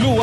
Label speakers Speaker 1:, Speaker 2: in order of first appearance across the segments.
Speaker 1: No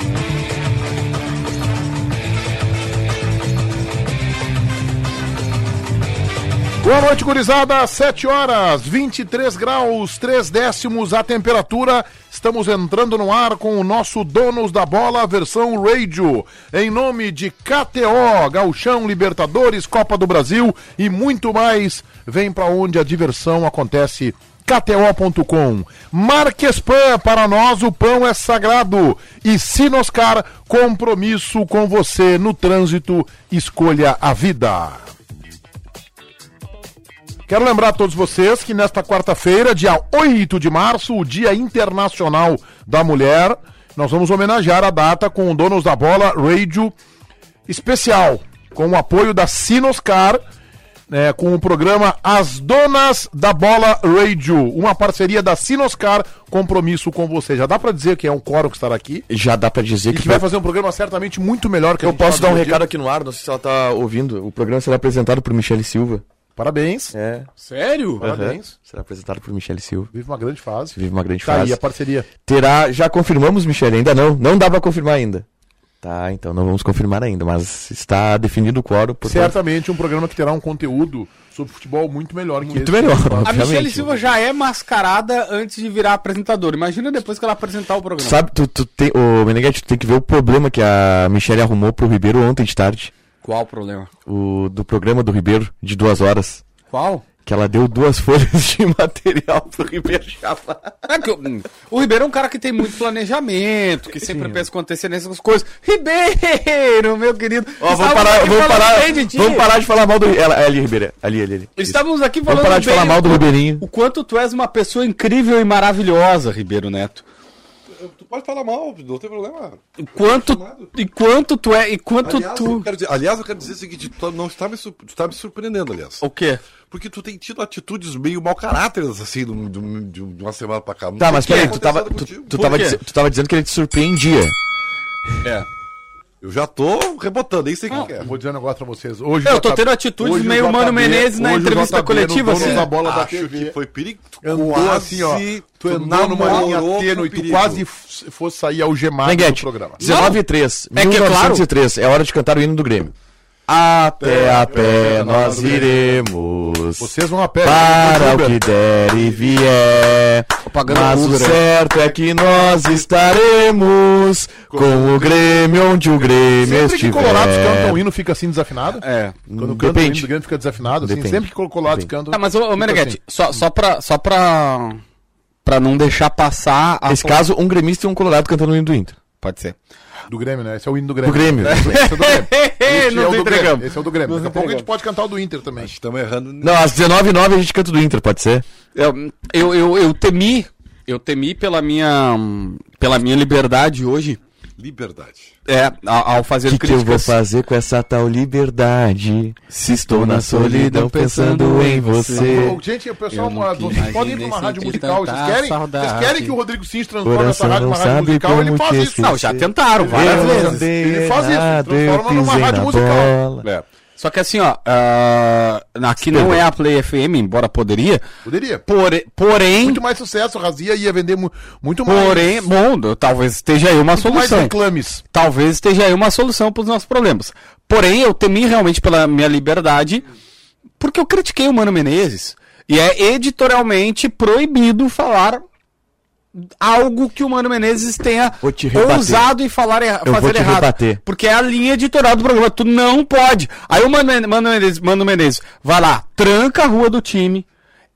Speaker 2: Boa noite, gurizada. 7 horas, 23 graus, 3 décimos a temperatura. Estamos entrando no ar com o nosso Donos da Bola versão radio. Em nome de KTO, Galchão, Libertadores, Copa do Brasil e muito mais. Vem pra onde a diversão acontece. KTO.com. Marques Pan, para nós o pão é sagrado. E Sinoscar, compromisso com você no trânsito. Escolha a vida. Quero lembrar a todos vocês que nesta quarta-feira, dia 8 de março, o Dia Internacional da Mulher, nós vamos homenagear a data com o Donos da Bola Radio Especial, com o apoio da Sinoscar, né, com o programa As Donas da Bola Radio, uma parceria da Sinoscar, compromisso com você. Já dá pra dizer que é um coro que estará aqui
Speaker 3: Já dá pra dizer
Speaker 2: e
Speaker 3: que,
Speaker 2: que vai fazer um programa certamente muito melhor que a
Speaker 3: Eu
Speaker 2: gente
Speaker 3: posso
Speaker 2: faz
Speaker 3: dar um
Speaker 2: hoje em dia.
Speaker 3: recado aqui no ar, não sei se ela tá ouvindo. O programa será apresentado por Michele Silva.
Speaker 2: Parabéns,
Speaker 3: É.
Speaker 4: Sério?
Speaker 2: parabéns.
Speaker 3: Será apresentado por Michele Silva.
Speaker 2: Vive uma grande fase.
Speaker 3: Vive uma grande
Speaker 2: Tá aí
Speaker 3: fase.
Speaker 2: a parceria.
Speaker 3: Terá. Já confirmamos, Michele? Ainda não. Não dá pra confirmar ainda. Tá, então não vamos confirmar ainda, mas está definido o quórum. portanto-
Speaker 2: Certamente um programa que terá um conteúdo sobre futebol muito melhor que
Speaker 3: Muito melhor,
Speaker 4: A
Speaker 3: obviamente.
Speaker 4: Michelle Silva já é mascarada antes de virar apresentadora. Imagina depois que ela apresentar o
Speaker 3: Tu
Speaker 4: programa.
Speaker 3: Sabe, tu, tu tem. Ô, Meneghete, tu tem que ver o problema que a Michele arrumou pro Ribeiro ontem de tarde.
Speaker 4: Qual o problema?
Speaker 3: O, do programa do Ribeiro, de duas horas.
Speaker 4: Qual?
Speaker 3: Que ela deu duas folhas de material pro Ribeiro Chapa.
Speaker 4: É que eu- o Ribeiro é um cara que tem muito planejamento, que sempre pensa com antecedência nas coisas. Ribeiro, meu querido.
Speaker 3: Ó, vamos
Speaker 4: estávamos
Speaker 3: parar,
Speaker 4: aqui
Speaker 3: vamos
Speaker 4: falando
Speaker 3: parar,
Speaker 4: bem de ti.
Speaker 3: vamos parar de falar mal do ela, ali, Ribeira, ali, ali, ali.
Speaker 4: Estávamos aqui falando
Speaker 3: Vamos parar de
Speaker 4: bem
Speaker 3: falar mal do Ribeirinho.
Speaker 4: o quanto tu és uma pessoa incrível e maravilhosa, Ribeiro Neto.
Speaker 5: Tu pode falar mal, não tem problema.
Speaker 4: E quanto, e quanto tu é, e quanto
Speaker 5: Aliás, eu
Speaker 4: tu...
Speaker 5: quero dizer, aliás, eu quero dizer o seguinte: tu não está me, sur- tu tá me surpreendendo, aliás.
Speaker 2: Oh.
Speaker 4: O quê?
Speaker 5: Porque tu tem tido atitudes meio mau caráteres, assim, de, um- de um- de um- de uma semana pra cá. Não
Speaker 3: Tá,
Speaker 5: sei
Speaker 3: mas
Speaker 5: o que
Speaker 3: peraí,
Speaker 5: tá
Speaker 3: tu tava, tu,
Speaker 5: acontecendo
Speaker 3: tu
Speaker 5: contigo.
Speaker 3: tava
Speaker 4: quê?
Speaker 3: dize- tu tava dizendo que ele te surpreendia.
Speaker 4: É.
Speaker 5: Eu já tô rebotando, nem sei o que que é.
Speaker 2: Vou dizer um negócio pra vocês. Hoje
Speaker 4: Eu
Speaker 2: o
Speaker 4: tô
Speaker 2: JB
Speaker 4: tendo atitudes
Speaker 2: hoje o
Speaker 4: meio
Speaker 2: JB
Speaker 4: Mano Menezes na
Speaker 2: hoje o
Speaker 4: entrevista
Speaker 2: JB
Speaker 4: coletiva,
Speaker 2: no dono
Speaker 4: assim.
Speaker 2: da bola da
Speaker 5: Acho
Speaker 2: TV.
Speaker 5: que é. foi perigo. Tu
Speaker 2: Andou assim, ó. Tu entrou numa
Speaker 5: namorou
Speaker 2: linha
Speaker 5: com
Speaker 2: tênue, tu
Speaker 5: perigo.
Speaker 2: quase f- fosse sair algemado do
Speaker 3: Neguete,
Speaker 2: programa.
Speaker 3: 19 e 3,
Speaker 4: É que é claro.
Speaker 3: 1903, é hora de cantar o hino do Grêmio. Até a pé nós iremos,
Speaker 2: Vocês vão a pé.
Speaker 3: para o que der e vier, mas o certo é que nós estaremos com o Grêmio onde o Grêmio
Speaker 2: Sempre que colorados cantam o
Speaker 3: estiver.
Speaker 2: hino, fica assim desafinado?
Speaker 4: É.
Speaker 2: Quando cantam o hino
Speaker 3: Depende.
Speaker 2: do Grêmio, fica desafinado? assim?
Speaker 3: Depende.
Speaker 2: Sempre que colorados cantam...
Speaker 4: Tá, mas, ô, ô
Speaker 2: fica
Speaker 4: Meneghete, só, só pra. Só pra. Pra não deixar passar a.
Speaker 3: Nesse caso, um gremista e um colorado cantando o hino do Inter.
Speaker 4: Pode ser.
Speaker 2: assim. Do Grêmio, né? Esse é o hino do
Speaker 3: Do
Speaker 2: Grêmio.
Speaker 3: Grêmio.
Speaker 2: Esse é o do Grêmio. Este é
Speaker 4: Não
Speaker 2: o do
Speaker 4: te
Speaker 2: Grêmio.
Speaker 4: entregamos.
Speaker 2: Esse é o do Grêmio. Daqui a pouco a gente pode cantar o do Inter também.
Speaker 5: Estamos errando.
Speaker 3: Não, às 19h09 a gente canta do Inter, pode ser?
Speaker 4: Eu, eu, eu, eu temi. Eu temi pela minha. Pela minha liberdade hoje.
Speaker 5: Liberdade.
Speaker 4: É, a- ao fazer
Speaker 3: O que, que eu vou
Speaker 4: críticas.
Speaker 3: fazer com essa tal liberdade? Se estou na solidão pensando em você.
Speaker 2: Ô, Gente, o pessoal,
Speaker 4: Eu nunca
Speaker 2: vocês podem ir pra uma
Speaker 4: imaginei
Speaker 2: rádio
Speaker 4: sentir
Speaker 2: musical. Vocês
Speaker 4: tanta
Speaker 2: querem? Vocês
Speaker 4: saudade.
Speaker 2: querem que o Rodrigo Sims transforme essa
Speaker 3: Coração
Speaker 2: rádio
Speaker 3: não
Speaker 2: numa rádio
Speaker 3: sabe
Speaker 2: musical? Ele
Speaker 3: como
Speaker 2: faz
Speaker 3: te
Speaker 2: isso.
Speaker 4: Não, já tentaram várias
Speaker 2: Eu
Speaker 4: vezes.
Speaker 2: andei Ele faz isso,
Speaker 3: errado, eu
Speaker 2: transforma numa
Speaker 3: pisei
Speaker 2: rádio
Speaker 3: na
Speaker 2: musical.
Speaker 3: bola.
Speaker 4: É. Só que assim, ó. ah, aqui não é a Play FM, embora poderia.
Speaker 2: Poderia.
Speaker 4: Pore, porém.
Speaker 2: Muito mais sucesso, o Razia ia vender mu- muito mais.
Speaker 4: Porém, bom, talvez esteja aí
Speaker 2: muito
Speaker 4: uma
Speaker 2: mais
Speaker 4: solução.
Speaker 2: reclames.
Speaker 4: talvez esteja aí uma solução para os nossos problemas. Porém, eu temi realmente pela minha liberdade, porque eu critiquei o Mano Menezes. E é editorialmente proibido falar algo que o Mano Menezes tenha
Speaker 3: Vou te rebater.
Speaker 4: ousado e falar erra-
Speaker 3: Eu vou
Speaker 4: fazer
Speaker 3: te
Speaker 4: errado.
Speaker 3: rebater.
Speaker 4: Porque é a linha editorial do programa. Tu não pode. Aí o Mano, Men- Mano Menezes, Mano Menezes vai lá, tranca a rua do time.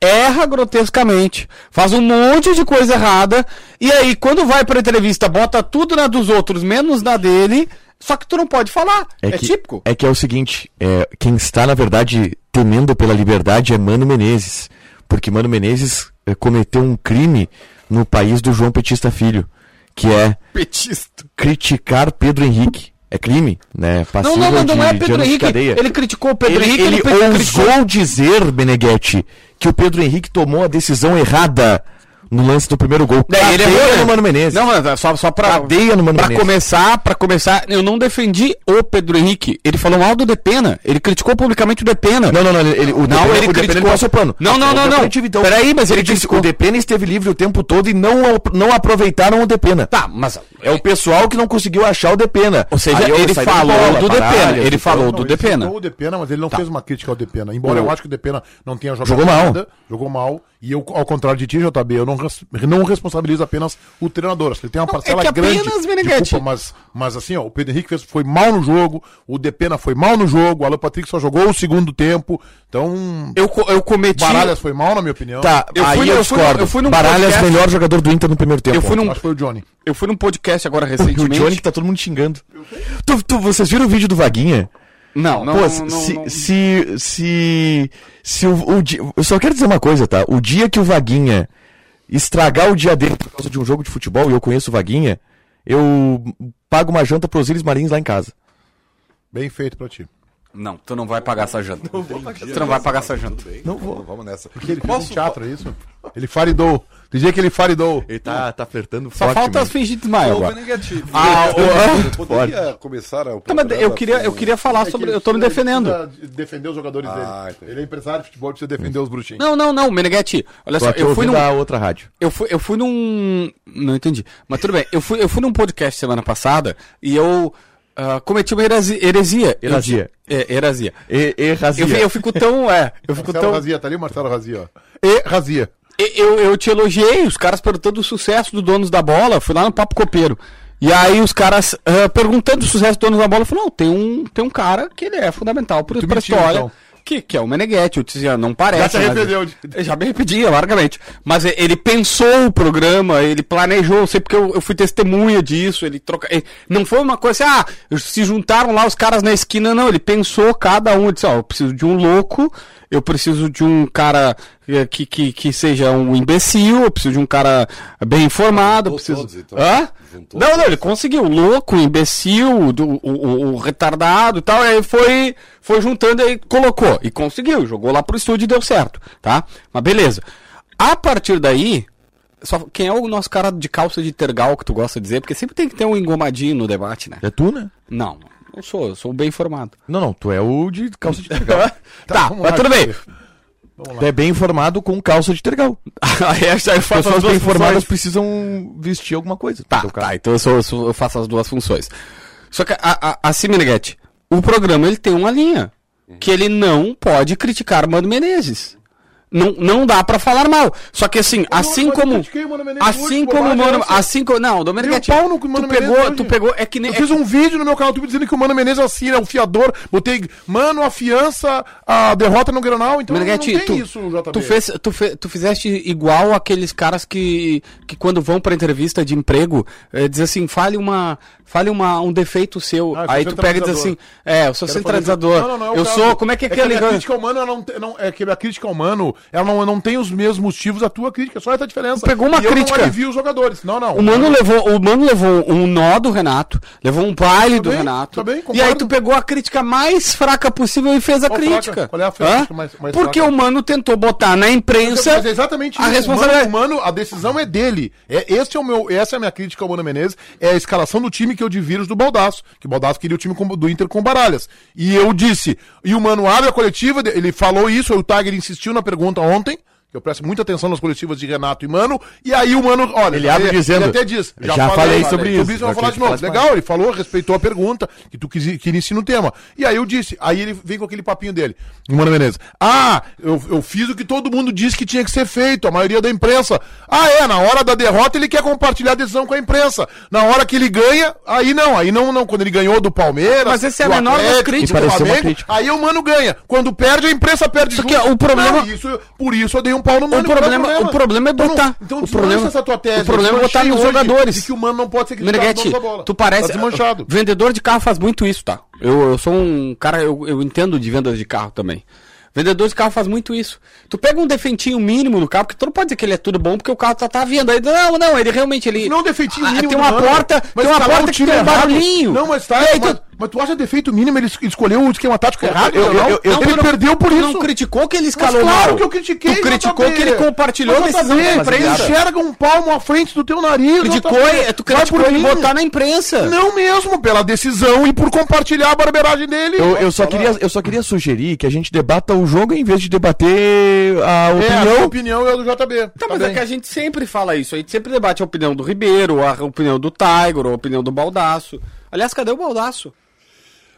Speaker 4: Erra grotescamente, faz um monte de coisa errada, e aí, quando vai pra entrevista, bota tudo na dos outros, menos na dele, só que tu não pode falar. É,
Speaker 3: que,
Speaker 4: típico.
Speaker 3: É que é o seguinte, é, quem está, na verdade, temendo pela liberdade é Mano Menezes. Porque Mano Menezes é, cometeu um crime no país do João Petista Filho, que é
Speaker 4: Petista.
Speaker 3: criticar Pedro Henrique. É crime, né?
Speaker 4: Não,
Speaker 3: Passível
Speaker 4: não, não, não é
Speaker 3: de- de
Speaker 4: Pedro
Speaker 3: anos de
Speaker 4: Henrique.
Speaker 3: cadeia.
Speaker 4: Ele um criticou o Pedro
Speaker 3: Ele,
Speaker 4: Henrique,
Speaker 3: ele
Speaker 4: pe-
Speaker 3: ousou dizer, Meneghetti, que o Pedro Henrique tomou a decisão errada. no lance do primeiro gol.
Speaker 4: Daí ele errou, né?
Speaker 3: no Mano Menezes.
Speaker 4: Não, André, só, só pra,
Speaker 3: Cadeia no Mano
Speaker 4: pra
Speaker 3: Menezes.
Speaker 4: começar, pra começar, eu não defendi o Pedro Henrique. Ele falou mal do Depena. Ele criticou publicamente o Depena.
Speaker 3: Não, não, não. Ele, ele- o
Speaker 4: Não,
Speaker 3: Depena-
Speaker 4: ele
Speaker 3: o Depena,
Speaker 4: criticou.
Speaker 3: passou pano.
Speaker 4: Não, não,
Speaker 3: O
Speaker 4: não,
Speaker 3: Depena
Speaker 4: não.
Speaker 3: tive- então-
Speaker 4: Peraí, mas ele
Speaker 3: disse
Speaker 4: criticou.
Speaker 3: o Depena esteve livre o tempo todo e não, não aproveitaram o Depena.
Speaker 4: Tá, mas
Speaker 3: É o pessoal que não conseguiu achar o Depena.
Speaker 4: Ou seja,
Speaker 3: Aí eu
Speaker 4: ele
Speaker 3: saí da
Speaker 4: falou
Speaker 3: bola,
Speaker 4: do
Speaker 3: baralho,
Speaker 4: Depena. Ele
Speaker 3: ficou-
Speaker 4: falou do
Speaker 2: ele
Speaker 4: Depena.
Speaker 2: citou o Depena, mas ele não fez uma crítica ao Depena. Embora eu acho que o Depena não tenha jogado
Speaker 3: Jogou mal.
Speaker 2: nada, jogou mal. E eu, ao contrário de ti, JB, eu não, res- não responsabilizo apenas o treinador. Acho que Ele tem uma parcela
Speaker 4: que
Speaker 2: grande.
Speaker 4: apenas, Meneghetti.
Speaker 2: desculpa, mas, mas assim, ó, o Pedro Henrique fez, foi mal no jogo, o Depena foi mal no jogo, o Alan Patrick só jogou o segundo tempo. Então,
Speaker 4: eu, co- eu cometi.
Speaker 2: Baralhas foi mal, na minha opinião.
Speaker 3: Tá,
Speaker 4: Eu
Speaker 3: aí
Speaker 4: fui-
Speaker 3: eu
Speaker 4: eu fui-
Speaker 3: discordo.
Speaker 4: eu fui num
Speaker 3: Baralhas,
Speaker 4: podcast-
Speaker 3: melhor jogador do Inter no primeiro tempo.
Speaker 4: Eu fui num,
Speaker 2: Acho que foi o Johnny.
Speaker 4: eu fui num podcast agora
Speaker 3: E o
Speaker 4: recentemente.
Speaker 3: Johnny que tá todo mundo xingando. Tu, tu- vocês viram o vídeo do Vaguinha?
Speaker 4: Não, não,
Speaker 3: Pô,
Speaker 4: não,
Speaker 3: se,
Speaker 4: não,
Speaker 3: se,
Speaker 4: não.
Speaker 3: se. se- se o, o di- Eu só quero dizer uma coisa, tá? O dia que o Vaguinha estragar o dia dele por causa de um jogo de futebol, e eu conheço o Vaguinha, eu pago uma janta pros Íris Marins lá em casa.
Speaker 2: Bem feito pra ti.
Speaker 4: Não, tu não vai pagar essa janta. Tu não vai pagar essa janta.
Speaker 5: Não vou. Então, Vamos nessa.
Speaker 2: Porque ele fez um teatro, é isso? Ele faridou. Tem dia que ele faridou.
Speaker 3: Ele tá, tá flertando
Speaker 4: Só falta as fingir de Ismael agora.
Speaker 5: negativo.
Speaker 4: Ah, o-
Speaker 5: eu poderia começar a.
Speaker 4: Tá, mas eu queria, eu queria falar
Speaker 2: É
Speaker 4: sobre.
Speaker 2: que
Speaker 4: Eu tô me
Speaker 2: ele
Speaker 4: defendendo.
Speaker 2: precisa Defender os jogadores
Speaker 5: Ah,
Speaker 2: dele.
Speaker 5: entendi.
Speaker 2: Ele é empresário de futebol, precisa defender os bruxinhos.
Speaker 4: Não, não, não, Meneghetti. Olha
Speaker 3: Tô
Speaker 4: só,
Speaker 3: aqui
Speaker 4: eu fui,
Speaker 3: ouvindo
Speaker 4: num,
Speaker 3: a outra rádio.
Speaker 4: eu, fui, eu fui num. Não entendi. Mas tudo bem. Eu fui, eu fui num podcast semana passada e eu ah, cometi uma heresi- heresia. Eu
Speaker 3: Heresia.
Speaker 4: di- é, heresia.
Speaker 3: E, e
Speaker 4: Eu, fi- eu fico tão. É, eu fico
Speaker 2: Marcelo
Speaker 4: tão.
Speaker 2: Razia, tá ali o Marcelo Razia, ó. E Razia.
Speaker 4: E- Eu, eu te elogiei, os caras perguntando o sucesso do Donos da Bola, fui lá no Papo Copeiro. E aí os caras ah, perguntando o sucesso do Donos da Bola, eu falei, não, tem um, tem um cara que ele é fundamental pro, pra
Speaker 2: mentiu,
Speaker 4: história,
Speaker 2: então.
Speaker 4: que, que é o Meneghetti, eu dizia, não parece.
Speaker 2: Já se
Speaker 4: mas-
Speaker 2: arrependeu de-
Speaker 4: Eu já me arrependi, largamente. Mas e- ele pensou o programa, ele planejou, eu sei porque eu, eu fui testemunha disso, ele troca... ele- não foi uma coisa assim, ah, se juntaram lá os caras na esquina, não, ele pensou cada um, ele disse, ó, eu preciso de um louco, eu preciso de um cara eh, que, que, que seja um imbecil, eu preciso de um cara bem informado, eu
Speaker 5: Juntou
Speaker 4: preciso...
Speaker 5: todos, então.
Speaker 4: Hã?
Speaker 5: Juntou
Speaker 4: Não, não, ele conseguiu, louco, imbecil, do- o, o- o retardado e tal, aí foi, foi juntando e colocou, e conseguiu, jogou lá pro estúdio e deu certo, tá? Mas beleza. A partir daí, só quem é o nosso cara de calça de tergal que tu gosta de dizer? Porque sempre tem que ter um engomadinho no debate, né?
Speaker 3: É tu, né?
Speaker 4: Não, não sou, eu sou bem informado.
Speaker 3: Não, não, tu é o de calça de tergal.
Speaker 4: tá,
Speaker 2: vamos
Speaker 4: mas
Speaker 2: lá,
Speaker 4: tudo bem.
Speaker 2: Jair.
Speaker 3: tu é bem informado com calça de tergal.
Speaker 4: aí eu já faço as
Speaker 3: Pessoas
Speaker 4: duas
Speaker 3: bem informadas
Speaker 4: informadas
Speaker 3: precisam vestir alguma coisa.
Speaker 4: Tá,
Speaker 3: Teu
Speaker 4: tá, então eu, sou- eu sou- eu faço as duas funções. Só que, a- a- assim, Meneghetti, o programa ele tem uma linha que ele não pode criticar Mano Menezes. Não, não dá pra falar mal. Só que assim, assim
Speaker 2: mas eu
Speaker 4: como.
Speaker 2: critiquei o Mano Menezes
Speaker 4: Assim
Speaker 2: hoje,
Speaker 4: como o
Speaker 2: bobagem
Speaker 4: Mano.
Speaker 2: essa.
Speaker 4: Assim como. Não, do Meneghetti.
Speaker 2: pau no
Speaker 4: Tu
Speaker 2: Mano Menezes
Speaker 4: pegou,
Speaker 2: hoje.
Speaker 4: tu pegou. É que nem.
Speaker 2: Eu
Speaker 4: é
Speaker 2: fiz um vídeo no meu canal do YouTube dizendo que o Mano Menezes assim é um fiador. Botei, mano, afiança a derrota no Granal. Então
Speaker 4: Meneghetti,
Speaker 2: não tem
Speaker 4: tu,
Speaker 2: isso, JB.
Speaker 4: tu, fez, tu, fe- tu fizeste igual aqueles caras que, que quando vão pra entrevista de emprego, eh, diz assim, fale, uma, fale uma, um defeito seu.
Speaker 2: Ah, eu sou
Speaker 4: Aí tu pega e diz assim,
Speaker 2: centralizador.
Speaker 4: é, eu sou
Speaker 2: Quero
Speaker 4: centralizador.
Speaker 2: fazer- Não, não, não é o
Speaker 4: eu
Speaker 2: caso.
Speaker 4: sou, como é que é
Speaker 2: que a
Speaker 4: aquele...
Speaker 2: minha crítica ao humano, ela não, te- não- é que a minha crítica ao humano, ela não, não tem os mesmos motivos da tua crítica, só essa diferença.
Speaker 4: Pegou uma
Speaker 2: e eu
Speaker 4: crítica.
Speaker 2: não alivio os jogadores. Não, não.
Speaker 4: O mano, levou, o mano levou um nó do Renato, levou um baile do
Speaker 2: bem,
Speaker 4: Renato.
Speaker 2: tá bem,
Speaker 4: e
Speaker 2: concordo.
Speaker 4: aí tu pegou a crítica mais fraca possível e fez a
Speaker 2: Qual fraca?
Speaker 4: crítica.
Speaker 2: Qual é a
Speaker 4: Hã?
Speaker 2: crítica mais- mais
Speaker 4: Porque
Speaker 2: fraca?
Speaker 4: o mano tentou botar na imprensa
Speaker 2: Mas é exatamente
Speaker 4: a
Speaker 2: isso.
Speaker 4: responsabilidade.
Speaker 2: O Mano, o Mano, a decisão é dele. É, esse é o meu, essa é a minha crítica ao Mano Menezes. É a escalação do time que eu diviro do Baldaço. Que o Baldaço queria o time com- do Inter com Baralhas. E eu disse. E o Mano abre a coletiva, ele falou isso, o Tiger insistiu na pergunta ontem. que Eu presto muita atenção nas coletivas de Renato e Mano. E aí o Mano, olha,
Speaker 3: Ele abre dizendo,
Speaker 2: Ele até diz.
Speaker 3: "Já falei sobre isso,
Speaker 2: eu vou
Speaker 3: já
Speaker 2: falar
Speaker 3: que
Speaker 2: de novo.
Speaker 3: faz mais."
Speaker 2: Legal, ele falou, respeitou a pergunta, que tu quis, queria ensinar o tema. E aí eu disse, aí ele vem com aquele papinho dele, o Mano Menezes. Ah, eu, eu fiz o que todo mundo disse que tinha que ser feito, a maioria da imprensa. Ah, é, na hora da derrota ele quer compartilhar a decisão com a imprensa. Na hora que ele ganha, aí não, aí não, não. Quando ele ganhou do Palmeiras.
Speaker 4: Mas essa é a
Speaker 2: do
Speaker 4: menor das
Speaker 2: Atlético,
Speaker 4: críticas.
Speaker 2: do
Speaker 3: Pareceu uma
Speaker 2: Flamengo,
Speaker 3: crítica.
Speaker 2: Aí o Mano ganha. Quando perde, a imprensa perde
Speaker 4: Só que o problema-
Speaker 2: Não, isso, por isso eu dei um pau no Mano. não é
Speaker 4: problema- o problema é
Speaker 2: Então não-
Speaker 4: botar.
Speaker 2: Então,
Speaker 4: O
Speaker 2: desmancha
Speaker 4: problema-
Speaker 2: essa tua tese.
Speaker 4: o problema é
Speaker 2: eu achei
Speaker 4: botar nos
Speaker 2: hoje
Speaker 4: jogadores.
Speaker 2: de que o Mano não pode ser
Speaker 4: Meneghetti,
Speaker 2: dono da bola.
Speaker 4: é tu parece. Ah,
Speaker 2: Tá desmanchado.
Speaker 4: Vendedor de carro faz muito isso, tá? Eu, eu sou um cara, eu, eu entendo de vendas de carro também. Vendedor de carro faz muito isso. Tu pega um defeitinho mínimo no carro, porque tu não pode dizer que ele é tudo bom, porque o carro tá, tá vindo. Aí, não, não, ele realmente. Ele,
Speaker 2: Não, defeitinho
Speaker 4: Ah,
Speaker 2: mínimo
Speaker 4: Tem uma
Speaker 2: do ano.
Speaker 4: porta,
Speaker 2: Mas
Speaker 4: tem uma
Speaker 2: escalar o
Speaker 4: porta que
Speaker 2: time
Speaker 4: tem um
Speaker 2: errado.
Speaker 4: barulhinho.
Speaker 2: Não, mas tá,
Speaker 4: E aí,
Speaker 2: mas-
Speaker 4: tu,
Speaker 2: Mas tu acha defeito mínimo ele es- escolheu o esquema tático errado?
Speaker 3: eu-
Speaker 2: não?
Speaker 3: eu- eu-
Speaker 2: ele
Speaker 4: tu é não-
Speaker 2: perdeu por
Speaker 4: tu
Speaker 2: isso.
Speaker 4: Não criticou que ele
Speaker 2: Mas
Speaker 4: escalou
Speaker 2: claro
Speaker 4: mal.
Speaker 2: que eu critiquei.
Speaker 4: Tu criticou que ele compartilhou a
Speaker 2: a
Speaker 4: decisão da imprensa.
Speaker 2: Enxerga um palmo à frente do teu nariz.
Speaker 4: Criticou,
Speaker 2: JB.
Speaker 4: é, tu
Speaker 2: Vai
Speaker 4: criticou
Speaker 2: por
Speaker 4: ele
Speaker 2: mim.
Speaker 4: botar na imprensa.
Speaker 2: Não mesmo, pela decisão e por compartilhar a barbeiragem dele.
Speaker 3: Eu, eu só queria, eu só queria sugerir que a gente debata o jogo em vez de debater a
Speaker 2: É, a
Speaker 3: opinião.
Speaker 2: minha opinião é a do JB.
Speaker 4: Tá,
Speaker 2: Tá
Speaker 4: mas é
Speaker 2: bem.
Speaker 4: que a gente sempre fala isso. A gente sempre debate a opinião do Ribeiro, a opinião do Tiger, a opinião do Baldaço. Aliás, cadê o Baldaço?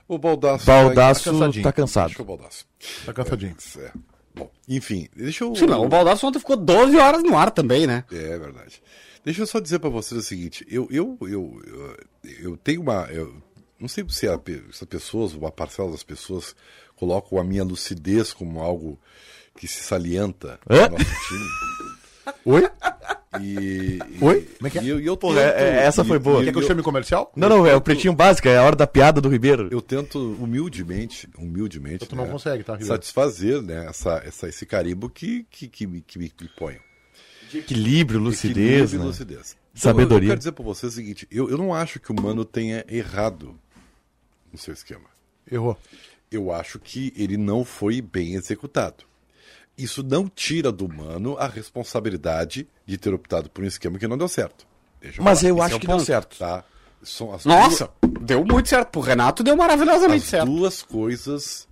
Speaker 5: O Baldaço,
Speaker 3: Baldaço
Speaker 5: cansadinho.
Speaker 3: tá cansado.
Speaker 5: Acho que é o Baldaço.
Speaker 2: Tá cansadinho.
Speaker 5: É. Bom, enfim, deixa eu.
Speaker 4: Sim, não, o Baldaço ontem ficou 12 horas no ar também, né?
Speaker 5: É verdade. Deixa eu só dizer pra vocês o seguinte, eu eu eu, eu, eu tenho uma eu não sei se, a, pe- se as pessoas, uma parcela das pessoas colocam a minha lucidez como algo que se salienta no
Speaker 3: Hã?
Speaker 5: nosso time.
Speaker 2: Oi?
Speaker 5: E, e-
Speaker 2: Oi? Como é que é?
Speaker 5: E eu, e eu
Speaker 3: Pô,
Speaker 5: tento-
Speaker 3: é- é- essa foi
Speaker 5: e-
Speaker 3: boa.
Speaker 5: e
Speaker 2: Quer que eu chame comercial?
Speaker 3: Não, não, é o pretinho básico, é a hora da piada do Ribeiro.
Speaker 5: Eu tento humildemente, humildemente,
Speaker 2: Tu não
Speaker 5: né,
Speaker 2: consegue, tá, Ribeiro?
Speaker 5: satisfazer né, essa, essa, esse carimbo que, que, que, me, que me, me ponho.
Speaker 3: Equilíbrio, lucidez,
Speaker 5: Equilíbrio e
Speaker 3: né?
Speaker 5: lucidez. Então,
Speaker 3: Sabedoria.
Speaker 5: Eu, eu quero dizer pra vocês o seguinte: eu, eu não acho que o Mano tenha errado no seu esquema.
Speaker 2: Errou.
Speaker 5: Eu acho que ele não foi bem executado. Isso não tira do Mano a responsabilidade de ter optado por um esquema que não deu certo. Deixa
Speaker 3: Mas
Speaker 5: falar.
Speaker 3: eu
Speaker 5: Esse
Speaker 3: acho
Speaker 5: é um
Speaker 3: que
Speaker 5: ponto,
Speaker 3: deu certo.
Speaker 5: Tá? São as
Speaker 4: Nossa, deu muito certo. Pro Renato deu maravilhosamente
Speaker 5: as
Speaker 4: certo.
Speaker 5: duas coisas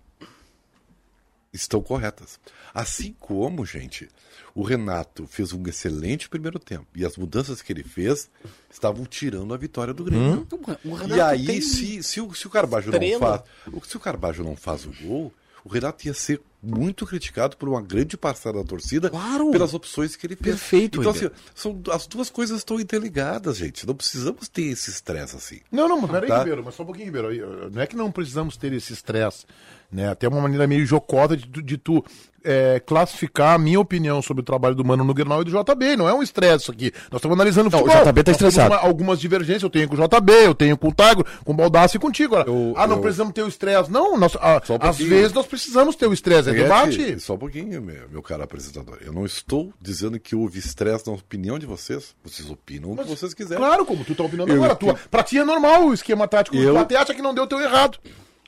Speaker 5: estão corretas. Assim como, gente, o Renato fez um excelente primeiro tempo e as mudanças que ele fez estavam tirando a vitória do Grêmio.
Speaker 4: O Hum? Renato
Speaker 5: E aí,
Speaker 4: tem-
Speaker 5: se, se, o, se o Carbajo não
Speaker 4: estrela.
Speaker 5: faz, o- se o Carbajo não faz o gol, o Renato ia ser muito criticado por uma grande parcela da torcida
Speaker 4: Claro.
Speaker 5: pelas opções que ele fez.
Speaker 4: Perfeito,
Speaker 5: Então,
Speaker 4: Eder.
Speaker 5: assim, são, as duas coisas estão interligadas, gente. Não precisamos ter esse estresse assim.
Speaker 2: Não, não, mas peraí,
Speaker 5: Tá.
Speaker 2: Ribeiro, mas só um pouquinho, Ribeiro. aí, eh, Não é que não precisamos ter esse estresse, né? Até uma maneira meio jocosa de tu, de tu, eh, classificar a minha opinião sobre o trabalho do Mano no Grenal e do JB. Não é um estresse isso aqui. Nós estamos analisando
Speaker 3: Não, o
Speaker 2: futebol.
Speaker 3: JB tá
Speaker 2: Nós temos
Speaker 3: estressado.
Speaker 2: uma- algumas divergências eu tenho com o JB, eu tenho com o Tago, com o Baldassi e contigo. Agora,
Speaker 5: Eu-
Speaker 2: ah, não
Speaker 5: eu-
Speaker 2: precisamos ter o estresse. Não, nós, ah,
Speaker 5: Só um
Speaker 2: às
Speaker 5: pouquinho.
Speaker 2: vezes nós precisamos ter o estresse. É
Speaker 5: Guete,
Speaker 2: debate.
Speaker 5: Só um pouquinho, meu, meu cara apresentador. Eu não estou dizendo que houve estresse na opinião de vocês. Vocês opinam o que vocês quiserem.
Speaker 2: Claro, como tu tá opinando
Speaker 5: Eu-
Speaker 2: agora. Tua, pra ti é normal o esquema tático.
Speaker 5: Eu-
Speaker 2: Tu até acha que não deu teu errado.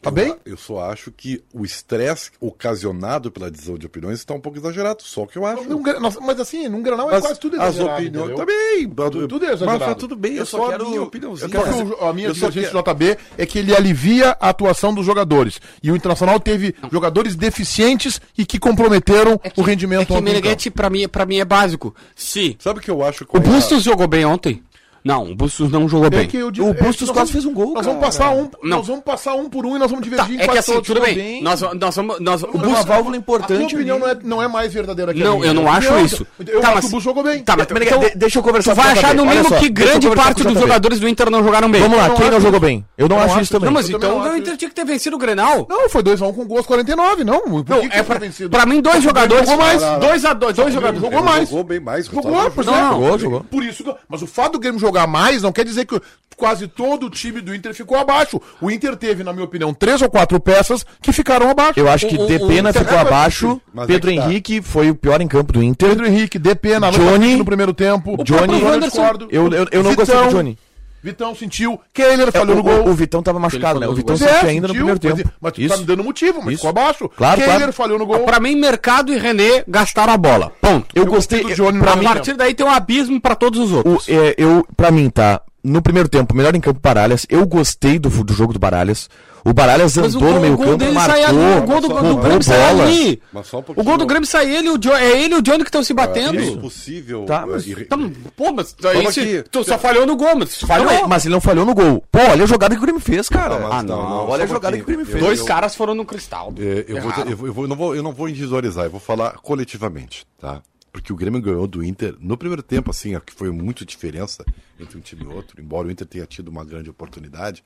Speaker 2: Tá
Speaker 5: Eu-
Speaker 2: bem?
Speaker 5: Eu só acho que o estresse ocasionado pela divisão de opiniões está um pouco exagerado. Só o que eu acho.
Speaker 2: Num gra- nossa, mas assim, num granal é
Speaker 5: As-
Speaker 2: quase tudo
Speaker 5: as
Speaker 2: exagerado,
Speaker 5: opiniões
Speaker 2: entendeu?
Speaker 5: também.
Speaker 2: Tudo- tudo é exagerado.
Speaker 5: Mas tá tudo bem.
Speaker 2: Eu
Speaker 5: Eu,
Speaker 2: só
Speaker 5: só,
Speaker 2: quero-
Speaker 5: a minha opiniãozinha.
Speaker 2: Eu quero que
Speaker 5: Mas-
Speaker 2: o- a minha
Speaker 5: eu só
Speaker 2: divergência
Speaker 5: quero-
Speaker 2: do JB é que ele alivia a atuação dos jogadores. E o Internacional teve jogadores deficientes e que comprometeram o
Speaker 4: É
Speaker 2: rendimento
Speaker 4: que
Speaker 2: ontem em campo.
Speaker 4: Meneghetti, pra mim, pra mim, é básico. Se
Speaker 5: Sabe o que eu acho que
Speaker 4: o Bustos jogou bem ontem. Não, o Bustos não jogou
Speaker 2: É
Speaker 4: bem.
Speaker 2: que eu di-
Speaker 3: O
Speaker 2: é que
Speaker 3: Bustos
Speaker 2: nós vamos-
Speaker 3: quase fez um gol,
Speaker 2: Nós vamos
Speaker 3: cara.
Speaker 2: passar um,
Speaker 4: Não.
Speaker 2: nós vamos passar um por um e nós vamos
Speaker 4: Tá,
Speaker 2: divergir em
Speaker 4: é que
Speaker 2: quase
Speaker 4: assim,
Speaker 2: todos,
Speaker 4: tudo
Speaker 2: tá
Speaker 4: bem. Nós, nós vamos. Nós, o
Speaker 3: Uma
Speaker 4: Bustos,
Speaker 3: válvula
Speaker 2: A tua
Speaker 3: importante.
Speaker 2: opinião
Speaker 3: ali.
Speaker 2: não é, não é mais verdadeira que a
Speaker 4: não,
Speaker 2: minha.
Speaker 4: eu não acho
Speaker 2: então,
Speaker 4: isso.
Speaker 2: Eu
Speaker 4: Tá,
Speaker 2: acho
Speaker 4: mas-
Speaker 2: que o Bus jogou bem.
Speaker 4: Tá, mas
Speaker 3: Então, de- deixa eu conversar
Speaker 4: tu vai
Speaker 3: com o
Speaker 4: achar
Speaker 3: JB.
Speaker 4: no
Speaker 3: Olha
Speaker 4: mínimo
Speaker 3: só,
Speaker 4: que
Speaker 3: deixa eu
Speaker 4: grande
Speaker 3: conversar
Speaker 4: parte
Speaker 3: com o
Speaker 4: dos
Speaker 3: JB.
Speaker 4: jogadores do Inter não jogaram bem.
Speaker 3: Vamos
Speaker 2: Eu
Speaker 3: lá,
Speaker 2: não
Speaker 3: quem não
Speaker 2: acho
Speaker 3: jogou
Speaker 2: isso.
Speaker 3: bem? Eu não
Speaker 2: Eu não
Speaker 3: acho
Speaker 2: acho
Speaker 3: isso também.
Speaker 4: Não, mas
Speaker 2: Eu também
Speaker 4: então
Speaker 2: não
Speaker 4: o
Speaker 2: acho
Speaker 4: Inter
Speaker 2: isso.
Speaker 4: tinha que ter vencido o Grenal.
Speaker 2: Não, foi 2x1 com gols 49, não. Por
Speaker 4: Não,
Speaker 2: que que foi
Speaker 4: é pra,
Speaker 2: vencido?
Speaker 4: pra mim, dois jogadores.
Speaker 2: jogou mais.
Speaker 4: Dois, a dois, dois
Speaker 2: Jogou,
Speaker 4: jogadores.
Speaker 2: jogou mais.
Speaker 5: Jogou bem mais.
Speaker 2: Jogou,
Speaker 5: resultado-
Speaker 2: pois
Speaker 4: Não,
Speaker 2: é.
Speaker 4: não.
Speaker 3: Jogou, jogou.
Speaker 2: Por isso que- mas o fato do Grêmio jogar mais não quer dizer que quase todo o time do Inter ficou abaixo. O Inter teve, na minha opinião, três ou quatro peças que ficaram abaixo.
Speaker 3: Eu acho que
Speaker 4: O- o-
Speaker 3: Depena
Speaker 4: o-
Speaker 3: ficou abaixo,
Speaker 5: Mas é
Speaker 3: Pedro
Speaker 5: que tá.
Speaker 3: Henrique foi o pior em campo do Inter. É,
Speaker 2: Pedro Henrique, DP na
Speaker 3: Johnny-
Speaker 2: no primeiro tempo. O
Speaker 3: Johnny-
Speaker 2: próprio Wanderson,
Speaker 4: Wanderson.
Speaker 2: discordo.
Speaker 3: Eu- eu- eu não gostei do Johnny.
Speaker 2: Vitão sentiu. Kehler
Speaker 3: É,
Speaker 2: falhou
Speaker 3: o,
Speaker 2: no gol.
Speaker 3: o Vitão tava machucado, né? O Vitão
Speaker 2: Pois
Speaker 3: sentiu
Speaker 2: é,
Speaker 3: ainda no
Speaker 2: sentiu,
Speaker 3: primeiro tempo.
Speaker 2: Mas, mas tu tá me
Speaker 3: Isso.
Speaker 2: dando motivo, mas
Speaker 3: Isso.
Speaker 2: ficou abaixo.
Speaker 3: Claro,
Speaker 2: Kehler
Speaker 3: claro.
Speaker 2: falhou no gol.
Speaker 4: Pra mim, Mercado e René gastaram a bola. Ponto.
Speaker 3: Eu gostei.
Speaker 2: do Johnny no
Speaker 3: pra
Speaker 4: A
Speaker 3: mim,
Speaker 2: primeiro
Speaker 4: partir daí tem um abismo pra todos os
Speaker 3: é o,
Speaker 4: outros.
Speaker 3: é, eu, pra mim, tá. No primeiro tempo, melhor em campo Baralhas. Eu gostei do, fu- do jogo do Baralhas. O Baralhas
Speaker 4: Mas
Speaker 3: andou no meio campo,
Speaker 4: sai ali,
Speaker 3: marcou,
Speaker 4: o gol do, do
Speaker 3: roubou
Speaker 4: Grêmio sai
Speaker 3: bola.
Speaker 4: ali.
Speaker 5: Mas só um
Speaker 4: o
Speaker 5: pouquinho.
Speaker 4: gol do Grêmio sai ele, o Jo- é ele e o Johnny que estão se batendo.
Speaker 5: É impossível.
Speaker 3: Tá, mas-
Speaker 5: eh,
Speaker 4: Tá, pô, mas aí
Speaker 5: Vamos
Speaker 4: se-
Speaker 5: aqui.
Speaker 4: tu só falhou no gol, mas
Speaker 3: Não,
Speaker 4: falhou.
Speaker 3: é, mas ele não falhou no gol. Pô, olha a jogada que o Grêmio fez, cara.
Speaker 5: Não, mas
Speaker 3: ah,
Speaker 5: não,
Speaker 3: não.
Speaker 5: não,
Speaker 3: Olha a
Speaker 5: só um
Speaker 3: jogada que
Speaker 5: pouquinho.
Speaker 3: o Grêmio fez.
Speaker 5: Eu-
Speaker 4: Dois
Speaker 5: eu-
Speaker 4: caras foram no cristal.
Speaker 5: É, eu, vou,
Speaker 4: Erraram.
Speaker 5: eu, vou- eu vou- eu não vou, eu não vou individualizar, eu vou falar coletivamente, tá? Porque o Grêmio ganhou do Inter no primeiro tempo, assim, ó, que foi muito diferença entre um time e outro, embora o Inter tenha tido uma grande oportunidade,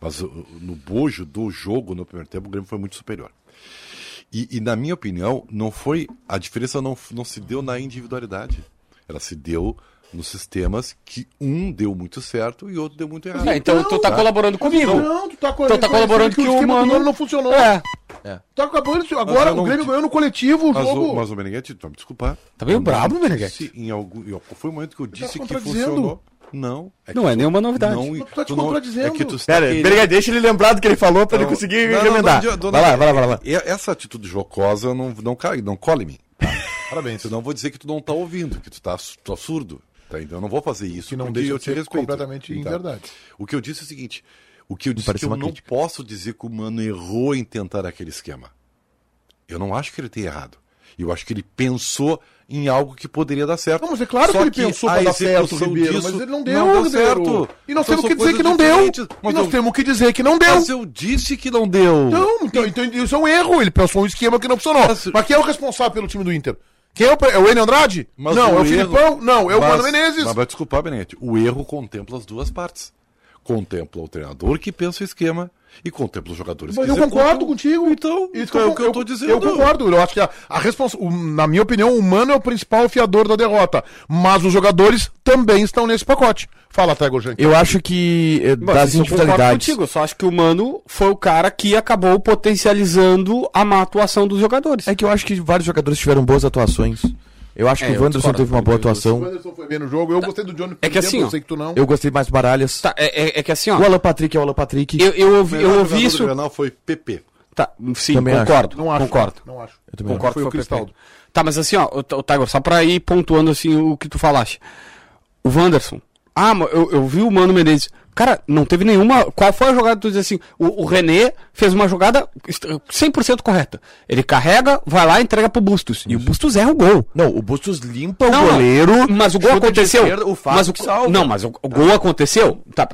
Speaker 5: mas o- o- no bojo do jogo no primeiro tempo, o Grêmio foi muito superior. E, e, na minha opinião, não foi a diferença não, f- não se deu na individualidade, ela se deu nos sistemas que um deu muito certo e outro deu muito errado.
Speaker 4: É, então tu tá colaborando comigo.
Speaker 2: Não, tu tá, co-
Speaker 4: Então tá colaborando que
Speaker 2: o
Speaker 4: o
Speaker 2: esquema do
Speaker 4: Mano-
Speaker 2: Mano não funcionou.
Speaker 4: É.
Speaker 2: Tá acabando isso. Agora
Speaker 5: eu
Speaker 2: o
Speaker 5: não-
Speaker 2: Grêmio ganhou no coletivo o
Speaker 5: Mas
Speaker 2: jogo.
Speaker 5: o, mas o então, Meneghetti, tu vai me desculpar.
Speaker 4: Tá meio
Speaker 5: Eu não
Speaker 3: Ah,
Speaker 4: brabo,
Speaker 5: disse
Speaker 4: Meneghetti.
Speaker 5: Em algum, em algum- foi o momento que eu disse que
Speaker 2: contradizendo.
Speaker 5: funcionou. Não.
Speaker 4: Não
Speaker 5: que
Speaker 4: é
Speaker 5: tu-
Speaker 4: nenhuma novidade.
Speaker 5: Não,
Speaker 2: Mas tu tá te
Speaker 5: não-
Speaker 2: contradizendo.
Speaker 5: É que tu está
Speaker 3: Pera,
Speaker 5: querendo-
Speaker 3: peraí, deixa ele lembrar do que ele falou pra ele
Speaker 5: Então,
Speaker 3: conseguir
Speaker 5: não, não,
Speaker 3: remendar.
Speaker 5: não, não,
Speaker 3: Vai lá,
Speaker 5: não,
Speaker 3: vai lá, vai lá.
Speaker 5: e- Essa atitude jocosa não, não, cai, não cola em mim. tá? Parabéns. Senão eu vou dizer que tu não tá ouvindo, que tu tá, su- tu tá surdo. Tá? Então eu não vou fazer isso.
Speaker 2: Que não
Speaker 5: porque
Speaker 2: deixa
Speaker 5: eu
Speaker 2: de
Speaker 5: te
Speaker 2: ser
Speaker 5: respeito.
Speaker 2: completamente
Speaker 5: Tá?
Speaker 2: inverdade.
Speaker 5: O que eu disse é o seguinte: o que eu disse é
Speaker 3: parece
Speaker 5: que eu
Speaker 3: uma
Speaker 5: não
Speaker 3: crítica.
Speaker 5: posso dizer que o mano errou em tentar aquele esquema. Eu não acho que ele tenha errado. Eu acho que ele pensou em algo que poderia dar certo.
Speaker 2: Não, mas é claro
Speaker 5: Só
Speaker 2: que ele pensou pra
Speaker 5: a
Speaker 2: dar certo,
Speaker 5: execução
Speaker 2: Ribeiro,
Speaker 5: disso
Speaker 2: mas ele não deu, Ribeiro. E nós
Speaker 5: Então
Speaker 2: temos
Speaker 5: são
Speaker 2: que dizer que
Speaker 5: coisas
Speaker 2: não deu.
Speaker 5: diferentes,
Speaker 2: E
Speaker 5: mas
Speaker 2: nós
Speaker 5: eu-
Speaker 2: temos que dizer que não deu.
Speaker 5: Mas eu disse que não deu.
Speaker 2: Então, então, então, isso é um erro. Ele pensou um esquema que não funcionou.
Speaker 5: Mas-
Speaker 2: Mas quem é o responsável pelo time do Inter? Quem é o, pre- é o Enio Andrade?
Speaker 5: Mas
Speaker 2: não, é o
Speaker 5: erro-
Speaker 2: Filipão? Não, é o
Speaker 5: Mas-
Speaker 2: Mano Menezes.
Speaker 5: Mas vai desculpar, Benete. O erro contempla as duas partes. Contempla o treinador que pensa o esquema e contempla os jogadores
Speaker 2: Mas
Speaker 5: que
Speaker 2: eu
Speaker 5: executam.
Speaker 2: concordo contigo.
Speaker 5: Então, é
Speaker 2: eu
Speaker 5: o que eu tô dizendo.
Speaker 2: Eu concordo. Eu acho que a, a responsa- o- na minha opinião, o Mano é o principal fiador da derrota. Mas os jogadores também estão nesse pacote. Fala, Tego Jank.
Speaker 3: Eu acho que eh,
Speaker 4: Bom,
Speaker 3: das
Speaker 4: isso eu concordo
Speaker 3: individualidades.
Speaker 4: contigo, eu só acho que o Mano foi o cara que acabou potencializando a má atuação dos jogadores.
Speaker 3: É que eu acho que vários jogadores tiveram boas atuações. Eu acho
Speaker 4: É,
Speaker 3: que
Speaker 4: eu
Speaker 3: o Wanderson
Speaker 4: discordo.
Speaker 3: teve uma boa
Speaker 2: O
Speaker 3: atuação.
Speaker 2: Anderson foi bem no jogo. Eu gostei do Johnny.
Speaker 4: É que assim,
Speaker 2: Eu
Speaker 4: ó,
Speaker 2: sei que tu não.
Speaker 3: Eu gostei mais do Baralhas.
Speaker 4: Tá, é, é- é que assim, ó,
Speaker 3: O Alan Patrick é o Alan Patrick.
Speaker 4: eu, eu
Speaker 5: O
Speaker 4: ouvi, eu
Speaker 5: melhor
Speaker 4: ouvi
Speaker 5: jogador
Speaker 4: isso.
Speaker 5: do Grenal foi PP.
Speaker 4: Tá, sim,
Speaker 3: Também acho.
Speaker 4: concordo.
Speaker 2: Não acho.
Speaker 4: Concordo.
Speaker 2: Não acho.
Speaker 3: Eu também
Speaker 4: Concordo
Speaker 2: Foi
Speaker 4: com
Speaker 2: o Cristaldo.
Speaker 4: perfeito. Tá, mas assim, ó, o, o Tiger, só pra ir pontuando assim o que tu falaste. O Wanderson. Ah, mas eu, eu vi o Mano Menezes. Cara, não teve nenhuma. Qual foi a jogada que tu diz assim? O, o René fez uma jogada est- 100% correta. Ele carrega, vai lá e entrega pro Bustos. E o Bustos erra o gol.
Speaker 3: Não, o Bustos limpa
Speaker 4: Não,
Speaker 3: o
Speaker 4: não,
Speaker 3: goleiro.
Speaker 4: mas o gol
Speaker 3: chuta de
Speaker 4: aconteceu.
Speaker 3: esquerda, o Fábio
Speaker 4: mas o,
Speaker 3: que salva. Ah.
Speaker 4: Não, mas o, o gol aconteceu. Tá,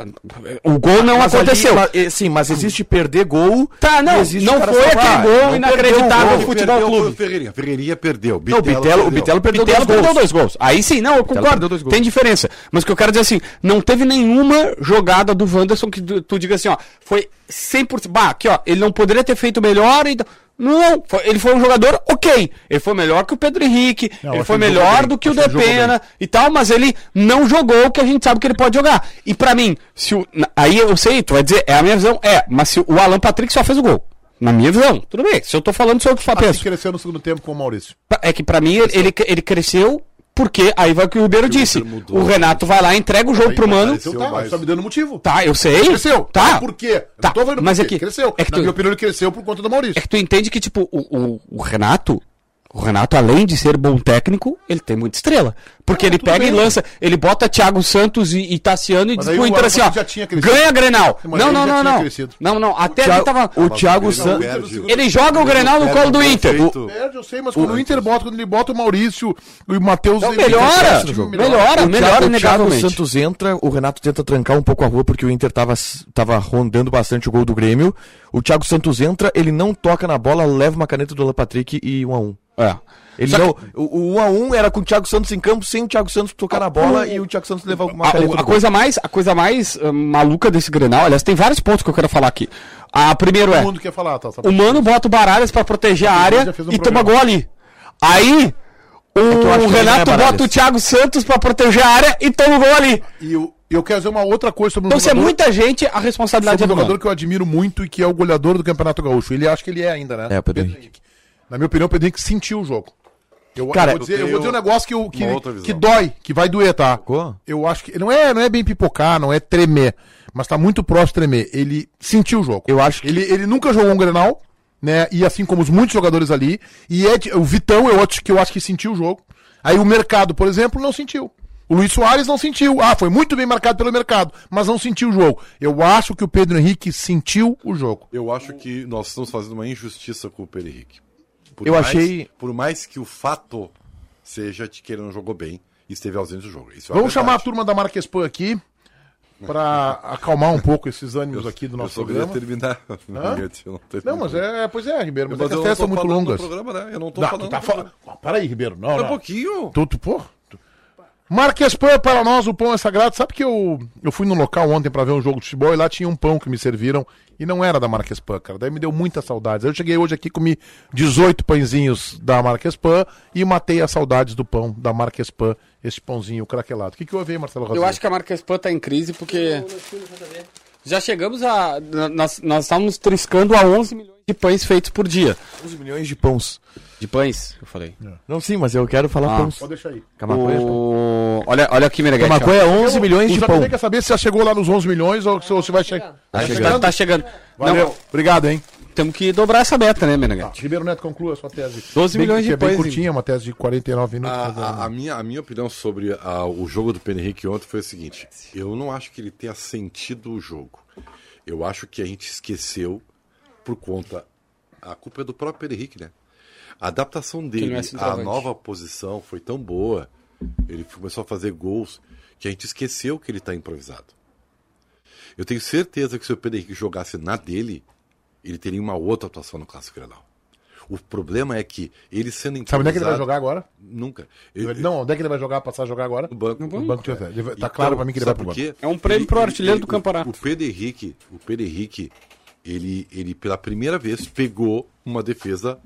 Speaker 4: o gol não
Speaker 3: Mas ali-
Speaker 4: aconteceu.
Speaker 3: mas, eh, sim, mas existe perder gol.
Speaker 4: Tá, não,
Speaker 3: e existe
Speaker 4: não
Speaker 3: o cara
Speaker 4: foi
Speaker 3: salvar.
Speaker 4: aquele gol
Speaker 3: Não
Speaker 2: Ah,
Speaker 4: inacreditável
Speaker 3: perdeu o
Speaker 5: Quem
Speaker 4: que
Speaker 3: gol.
Speaker 4: Futebol
Speaker 5: perdeu foi
Speaker 4: Clube.
Speaker 5: o Ferreirinha. Ferreirinha perdeu.
Speaker 3: Não, o Bitelo, o Bitelo perdeu
Speaker 4: Pitelo
Speaker 3: dois
Speaker 4: perdeu
Speaker 3: gols.
Speaker 4: dois gols. Aí sim, não, eu
Speaker 3: perdeu
Speaker 4: concordo.
Speaker 3: dois gols.
Speaker 4: Tem diferença. Mas o que eu quero dizer assim, não teve nenhuma jogada do Wanderson que tu, tu diga assim, ó, foi 100%. Bah, aqui, ó, ele não poderia ter feito melhor. Então, não, foi- ele foi um jogador ok. Ele foi melhor que o Pedro Henrique,
Speaker 2: Não,
Speaker 4: ele
Speaker 2: acho
Speaker 4: foi
Speaker 2: que ele
Speaker 4: melhor
Speaker 2: jogou
Speaker 4: do
Speaker 2: bem,
Speaker 4: que o
Speaker 2: acho que ele jogou
Speaker 4: Depena e tal, mas ele não jogou o que a gente sabe que ele pode jogar. E pra mim, se o, na- aí eu sei, tu vai dizer, é a minha visão, é, mas se o Alan Patrick só fez o gol. Na minha visão, tudo bem. Se eu tô falando sobre o que eu penso.
Speaker 2: Assim cresceu no segundo tempo com o Maurício.
Speaker 4: Pra- É que pra mim ele, ele, ele cresceu porque aí vai o que o Ribeiro disse.
Speaker 5: mudou.
Speaker 4: o Renato vai lá, entrega o jogo pro mano.
Speaker 5: apareceu-
Speaker 2: Então tá,
Speaker 5: mais.
Speaker 2: mas tá me dando motivo.
Speaker 4: Tá, eu sei.
Speaker 2: Cresceu.
Speaker 4: Tá.
Speaker 2: Mas Por quê? Eu
Speaker 4: Tá,
Speaker 2: não tô vendo por
Speaker 4: mas é
Speaker 2: quê.
Speaker 4: que-
Speaker 2: Cresceu.
Speaker 4: é que
Speaker 2: Na
Speaker 4: tu-
Speaker 2: minha opinião, ele cresceu por conta do Maurício.
Speaker 4: É que tu entende que, tipo, o, o, o Renato, o Renato, além de ser bom técnico, ele tem muita estrela. Porque ele
Speaker 2: É, tudo
Speaker 4: pega e
Speaker 2: bem.
Speaker 4: lança, ele bota Thiago Santos e, e Tassiano e
Speaker 2: Mas
Speaker 4: diz
Speaker 2: aí
Speaker 4: pro
Speaker 2: o
Speaker 4: Inter assim, ó,
Speaker 2: Arnaldo já tinha crescido.
Speaker 4: ganha Grenal.
Speaker 2: Mas
Speaker 4: não,
Speaker 2: ele já
Speaker 4: não, não,
Speaker 2: tinha
Speaker 4: não.
Speaker 2: crescido.
Speaker 4: Não, não, até ele
Speaker 3: Thiago-
Speaker 4: tava...
Speaker 3: O Thiago
Speaker 5: Mas o Grêmio
Speaker 3: Santos.
Speaker 5: perde.
Speaker 4: Ele joga o Grenal no
Speaker 2: um
Speaker 4: colo do Inter.
Speaker 5: Perfeito.
Speaker 2: Perde, eu sei, mas quando o Inter bota, quando ele bota o Maurício e o Matheus...
Speaker 4: Não,
Speaker 2: ele-
Speaker 4: melhora,
Speaker 2: o time
Speaker 4: melhora, melhora
Speaker 3: o Thiago
Speaker 4: inegavelmente.
Speaker 3: Santos entra, o Renato tenta trancar um pouco a rua porque o Inter tava, tava rondando bastante o gol do Grêmio. O Thiago Santos entra, ele não toca na bola, leva uma caneta do Alan Patrick e 1 a 1
Speaker 4: É.
Speaker 3: Ele
Speaker 4: Só que-
Speaker 3: não, o, o 1x1 era com o Thiago Santos em campo, sem o Thiago Santos tocar na bola e o Thiago Santos levar uma
Speaker 4: a,
Speaker 3: caneta
Speaker 4: Ah, o- a
Speaker 3: do gol.
Speaker 4: coisa mais a coisa mais ah, maluca desse Grenal, aliás, tem vários pontos que eu quero falar aqui. A primeiro é
Speaker 2: Todo mundo quer falar, tá? Sabe?
Speaker 4: o mano bota o Baralhas pra proteger a
Speaker 2: já
Speaker 4: área
Speaker 2: fez um
Speaker 4: e
Speaker 2: programa.
Speaker 4: toma gol ali. Aí o
Speaker 3: que eu acho que também
Speaker 4: Renato
Speaker 3: não é Baralhas.
Speaker 4: bota o Thiago Santos pra proteger a área e toma o gol ali.
Speaker 2: E eu, eu quero dizer uma outra coisa sobre o
Speaker 4: Então se é
Speaker 2: jogador-
Speaker 4: muita gente, a responsabilidade
Speaker 2: sobre
Speaker 4: é
Speaker 2: um
Speaker 4: do
Speaker 2: jogador
Speaker 4: mano.
Speaker 2: que eu admiro muito e que é o goleador do Campeonato Gaúcho. Ele acha que ele é ainda, né?
Speaker 3: É, o Pedro Henrique.
Speaker 2: Na minha opinião, o Pedro Henrique sentiu o jogo. Eu,
Speaker 3: Cara,
Speaker 2: eu vou dizer, eu
Speaker 5: eu
Speaker 2: vou dizer um
Speaker 5: tenho
Speaker 2: negócio que, eu- que,
Speaker 5: uma outra visão.
Speaker 2: que dói, que vai doer, tá?
Speaker 3: Ficou?
Speaker 2: Eu acho que. Não é, não é bem pipocar, não é tremer. Mas tá muito próximo de tremer. Ele sentiu o jogo.
Speaker 3: Eu acho que-
Speaker 2: Ele, ele nunca jogou um Grenal, né? E assim como os muitos jogadores ali. E é de- o Vitão, eu acho que eu acho que sentiu o jogo. Aí o mercado, por exemplo, não sentiu. O Luiz Soares não sentiu. Ah, foi muito bem marcado pelo mercado, mas não sentiu o jogo. Eu acho que o Pedro Henrique sentiu o jogo.
Speaker 5: Eu acho que nós estamos fazendo uma injustiça com o Pedro Henrique. Por
Speaker 3: Eu
Speaker 5: mais-
Speaker 3: achei-
Speaker 5: Por mais que o fato seja de que ele não jogou bem e esteve ausente do jogo. Isso é
Speaker 2: Vamos chamar a
Speaker 5: tudo.
Speaker 2: turma da Marquespan aqui pra acalmar um pouco esses ânimos aqui do
Speaker 5: Eu
Speaker 2: nosso
Speaker 5: só queria
Speaker 2: programa.
Speaker 5: terminar.
Speaker 2: Hã?
Speaker 5: Eu não, terminei.
Speaker 2: Não, mas é, pois é, Ribeiro, mas, é
Speaker 5: Mas
Speaker 2: que
Speaker 5: eu
Speaker 2: as
Speaker 5: não
Speaker 2: festas
Speaker 5: tô
Speaker 2: são muito
Speaker 5: falando do
Speaker 2: longas.
Speaker 5: Programa, né? Eu não tô
Speaker 2: Não,
Speaker 5: falando.
Speaker 2: tu tá
Speaker 5: do
Speaker 2: falando. Ah, Para aí, Ribeiro. Não,
Speaker 5: programa. Um
Speaker 2: não.
Speaker 5: pouquinho.
Speaker 2: Tu, tu, pô. tu- Marques Pan é para nós, o pão é sagrado. Sabe que eu, eu fui num local ontem pra ver um jogo de futebol e lá tinha um pão que me serviram e não era da Marques Pan, cara. Daí me deu muita saudade. Eu cheguei hoje aqui, comi 18 pãezinhos da Marques Pan e matei as saudades do pão da Marques Pan, esse pãozinho craquelado. O que, que eu ouvi, Marcelo Rosa?
Speaker 4: que a marca Spam tá em crise porque já chegamos a nós, nós estávamos triscando a 11 milhões de pães feitos por dia.
Speaker 3: 11 milhões de pãos.
Speaker 4: De pães, eu falei.
Speaker 3: Não, sim, mas eu quero falar um
Speaker 4: Ah.
Speaker 3: pãos.
Speaker 2: Pode deixar aí.
Speaker 3: Camargo é pão.
Speaker 4: O- Não, olha, olha aqui, Meneghete.
Speaker 3: Uma
Speaker 4: ó.
Speaker 3: coisa é 11 milhões
Speaker 2: O
Speaker 3: de
Speaker 2: Jacobé
Speaker 3: pão.
Speaker 2: quer saber se já chegou lá nos 11 milhões ou se, ou se vai chegar.
Speaker 4: Tá chegando. Tá chegando.
Speaker 2: Valeu.
Speaker 4: Não,
Speaker 2: Obrigado, hein?
Speaker 4: temos que dobrar essa meta, né, Meneghete?
Speaker 2: Ribeiro Neto, conclua a sua tese.
Speaker 4: 12
Speaker 2: Bem-
Speaker 4: milhões
Speaker 2: que
Speaker 4: de
Speaker 2: é bem
Speaker 4: pães,
Speaker 2: curtinha, uma tese de 49 minutos.
Speaker 5: A,
Speaker 2: mas, ah,
Speaker 4: né?
Speaker 5: a- a minha, a minha opinião sobre ah, o jogo do Penrique ontem foi o seguinte: eu não acho que ele tenha sentido o jogo. Eu acho que a gente esqueceu por conta. A culpa é do próprio Henrique, né? A adaptação
Speaker 4: não
Speaker 5: dele
Speaker 4: é
Speaker 5: à
Speaker 4: centroavante.
Speaker 5: nova posição foi tão boa, ele começou a fazer gols, que a gente esqueceu que ele está improvisado. Eu tenho certeza que se o Pedro Henrique jogasse na dele, ele teria uma outra atuação no Clássico Grenal. O problema é que ele sendo improvisado...
Speaker 2: Sabe onde é que ele vai jogar agora?
Speaker 5: Nunca.
Speaker 2: Ele- Não, onde é que ele vai jogar, passar a jogar agora?
Speaker 5: No banco. então,
Speaker 2: No banco de reserva. Ele vai- Tá claro pra mim que ele vai pro banco.
Speaker 4: É um prêmio pro artilheiro do
Speaker 5: o-
Speaker 4: campeonato.
Speaker 5: O Pedro Henrique, o Pedro Henrique, ele, ele pela primeira vez pegou uma defesa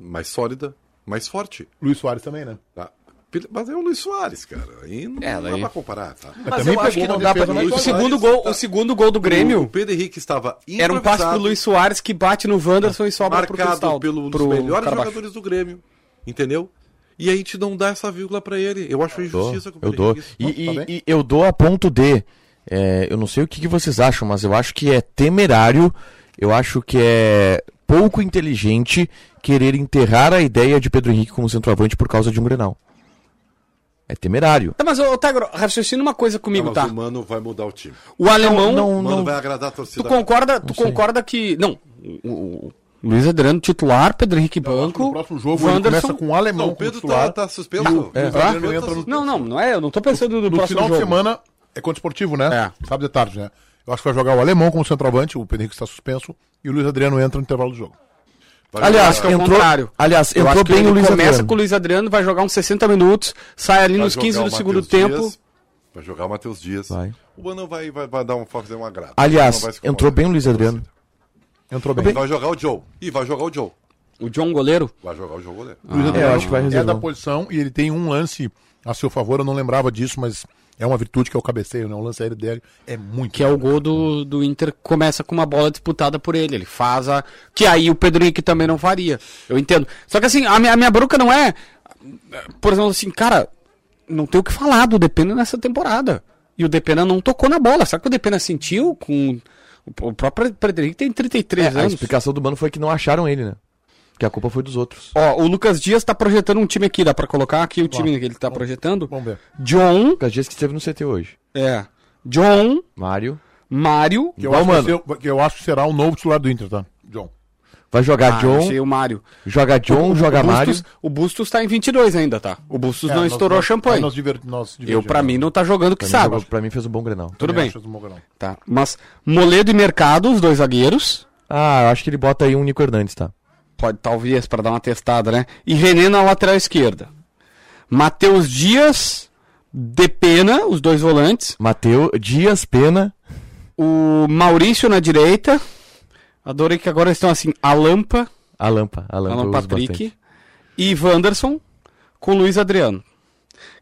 Speaker 5: mais sólida, mais forte.
Speaker 2: Luiz Soares também, né?
Speaker 5: tá? Pe- Mas é o Luiz Soares, cara. Aí não,
Speaker 4: É,
Speaker 5: não dá
Speaker 4: daí-
Speaker 5: pra comparar, tá?
Speaker 3: Mas
Speaker 2: também
Speaker 3: eu acho
Speaker 2: pegou
Speaker 3: que tá não
Speaker 2: uma
Speaker 3: dá pra.
Speaker 2: defesa mais
Speaker 4: O
Speaker 2: Soares
Speaker 4: segundo gol, o segundo gol do
Speaker 5: O
Speaker 4: Grêmio
Speaker 5: Pedro Henrique estava improvisado,
Speaker 4: era um passe do Luiz Soares que bate no Wanderson e sobra pro
Speaker 5: marcado
Speaker 4: Cristal.
Speaker 5: pelo um dos
Speaker 4: pro
Speaker 5: melhores
Speaker 4: Carabaixo.
Speaker 5: jogadores do Grêmio, entendeu? E a gente não dá essa vírgula pra ele. Eu acho
Speaker 3: Dou,
Speaker 5: injustiça com o
Speaker 3: eu
Speaker 5: Pedro
Speaker 3: dou.
Speaker 5: Henrique.
Speaker 3: E,
Speaker 2: Não, tá
Speaker 3: e-
Speaker 2: bem.
Speaker 3: e eu dou a ponto de. é, eu não sei o que, que vocês acham, mas eu acho que é temerário, eu acho que é pouco inteligente querer enterrar a ideia de Pedro Henrique como centroavante por causa de um Grenal. É temerário.
Speaker 4: Tá, mas, ô, Tagro, raciocina uma coisa
Speaker 5: Não,
Speaker 4: comigo,
Speaker 5: mas
Speaker 4: tá?
Speaker 5: o Mano vai mudar o time.
Speaker 4: O alemão.
Speaker 5: O
Speaker 3: não,
Speaker 5: Mano
Speaker 3: um não,
Speaker 5: vai agradar a
Speaker 4: Tu
Speaker 5: torcida.
Speaker 4: concorda, tu concorda que. Não. O, o- o Luiz Adriano titular, Pedro Henrique Banco.
Speaker 2: No próximo jogo ele
Speaker 4: Wanderson-
Speaker 2: começa com o alemão.
Speaker 5: Não, o
Speaker 2: com
Speaker 5: Pedro tá,
Speaker 2: titular.
Speaker 5: tá suspenso.
Speaker 2: E o-
Speaker 5: O
Speaker 2: é.
Speaker 5: Pedro
Speaker 2: Não
Speaker 5: tá
Speaker 2: entra no-
Speaker 5: suspenso.
Speaker 4: Ah, Não, não, não é. Eu não tô pensando no,
Speaker 2: No
Speaker 4: próximo
Speaker 2: final
Speaker 4: jogo.
Speaker 2: de semana é contra o esportivo, né?
Speaker 4: É.
Speaker 2: Sábado de tarde, né? Eu acho que vai jogar o alemão como centroavante, o Pedro Henrique está suspenso, e o Luiz Adriano entra no intervalo do jogo.
Speaker 5: Vai
Speaker 4: Aliás,
Speaker 5: jogar-
Speaker 4: que é o
Speaker 3: Entrou-
Speaker 4: contrário.
Speaker 3: aliás,
Speaker 4: Eu
Speaker 3: entrou
Speaker 4: acho que
Speaker 3: bem
Speaker 4: ele
Speaker 3: o Luiz
Speaker 4: começa
Speaker 3: Adriano.
Speaker 4: com o Luiz Adriano, vai jogar uns 60 minutos, sai ali
Speaker 5: vai
Speaker 4: nos
Speaker 5: jogar
Speaker 4: 15
Speaker 5: o
Speaker 4: do segundo
Speaker 5: Matheus
Speaker 4: tempo.
Speaker 5: Dias, vai jogar o Matheus Dias.
Speaker 3: Vai.
Speaker 5: O Mano vai, vai, vai dar um, fazer um agrado. Não
Speaker 3: Aliás,
Speaker 5: vai se incomodar.
Speaker 3: entrou bem o Luiz Adriano.
Speaker 2: Entrou
Speaker 4: Tá
Speaker 2: bem.
Speaker 5: Vai jogar o Joe. E vai jogar o Joe.
Speaker 4: O John Goleiro.
Speaker 5: Vai jogar o né? Joe goleiro.
Speaker 2: Luiz
Speaker 3: eu acho que
Speaker 4: Ah,
Speaker 3: vai
Speaker 2: é
Speaker 3: reservar.
Speaker 2: da posição e ele tem um lance a seu favor, eu não lembrava disso, mas é uma virtude que é o cabeceio, né? O lance aéreo dele é muito.
Speaker 4: Que é o gol do, do Inter, começa com uma bola disputada por ele. Ele faz a. Que aí o Pedro Henrique também não faria. Eu entendo. Só que assim, a minha, a minha bronca não é. Por exemplo, assim, cara, não tem o que falar do Depena nessa temporada. E o Depena não tocou na bola. Será que o Depena sentiu com. O próprio Pedro Henrique tem 33
Speaker 3: É, a
Speaker 4: anos.
Speaker 3: explicação do Mano foi que não acharam ele, né? Que a culpa foi dos outros.
Speaker 4: Ó, o Lucas Dias tá projetando um time aqui, dá pra colocar aqui o time que ele tá projetando?
Speaker 2: Vamos ver.
Speaker 4: John,
Speaker 3: Lucas Dias que esteve no CT hoje.
Speaker 4: é. John,
Speaker 3: Mário.
Speaker 4: Mário.
Speaker 2: Que eu,
Speaker 3: Igual,
Speaker 2: acho que
Speaker 3: mano.
Speaker 2: vai ser- que eu acho que será o novo titular do Inter, tá? John.
Speaker 3: Vai jogar
Speaker 4: Ah,
Speaker 3: John,
Speaker 4: achei o Mário.
Speaker 3: joga John, joga
Speaker 4: o
Speaker 3: Mário.
Speaker 4: Bustos, o Bustos tá em 22 ainda, tá? O Bustos
Speaker 2: É,
Speaker 4: não
Speaker 2: nós-
Speaker 4: estourou
Speaker 2: nós-
Speaker 4: champanhe.
Speaker 2: Nós diver, nós
Speaker 4: Eu, pra mim, não tá jogando que
Speaker 3: Pra mim,
Speaker 4: sabe.
Speaker 3: jogou- Pra mim fez um bom Grenal.
Speaker 4: Tudo bem.
Speaker 2: bem.
Speaker 4: Tá. Mas Moledo e Mercado, os dois zagueiros.
Speaker 3: Ah, eu acho que ele bota aí um Nico Hernandes, tá?
Speaker 4: Pode, talvez, pra dar uma testada, né? E René na lateral esquerda. Matheus Dias, Depena, os dois volantes.
Speaker 3: Mateu, Dias, Pena.
Speaker 4: O Maurício na direita. Adorei que agora estão assim, a Lampa,
Speaker 3: A Lampa, a Lampa.
Speaker 4: Alan
Speaker 3: eu uso
Speaker 4: Patrick
Speaker 3: bastante.
Speaker 4: e Wanderson com Luiz Adriano.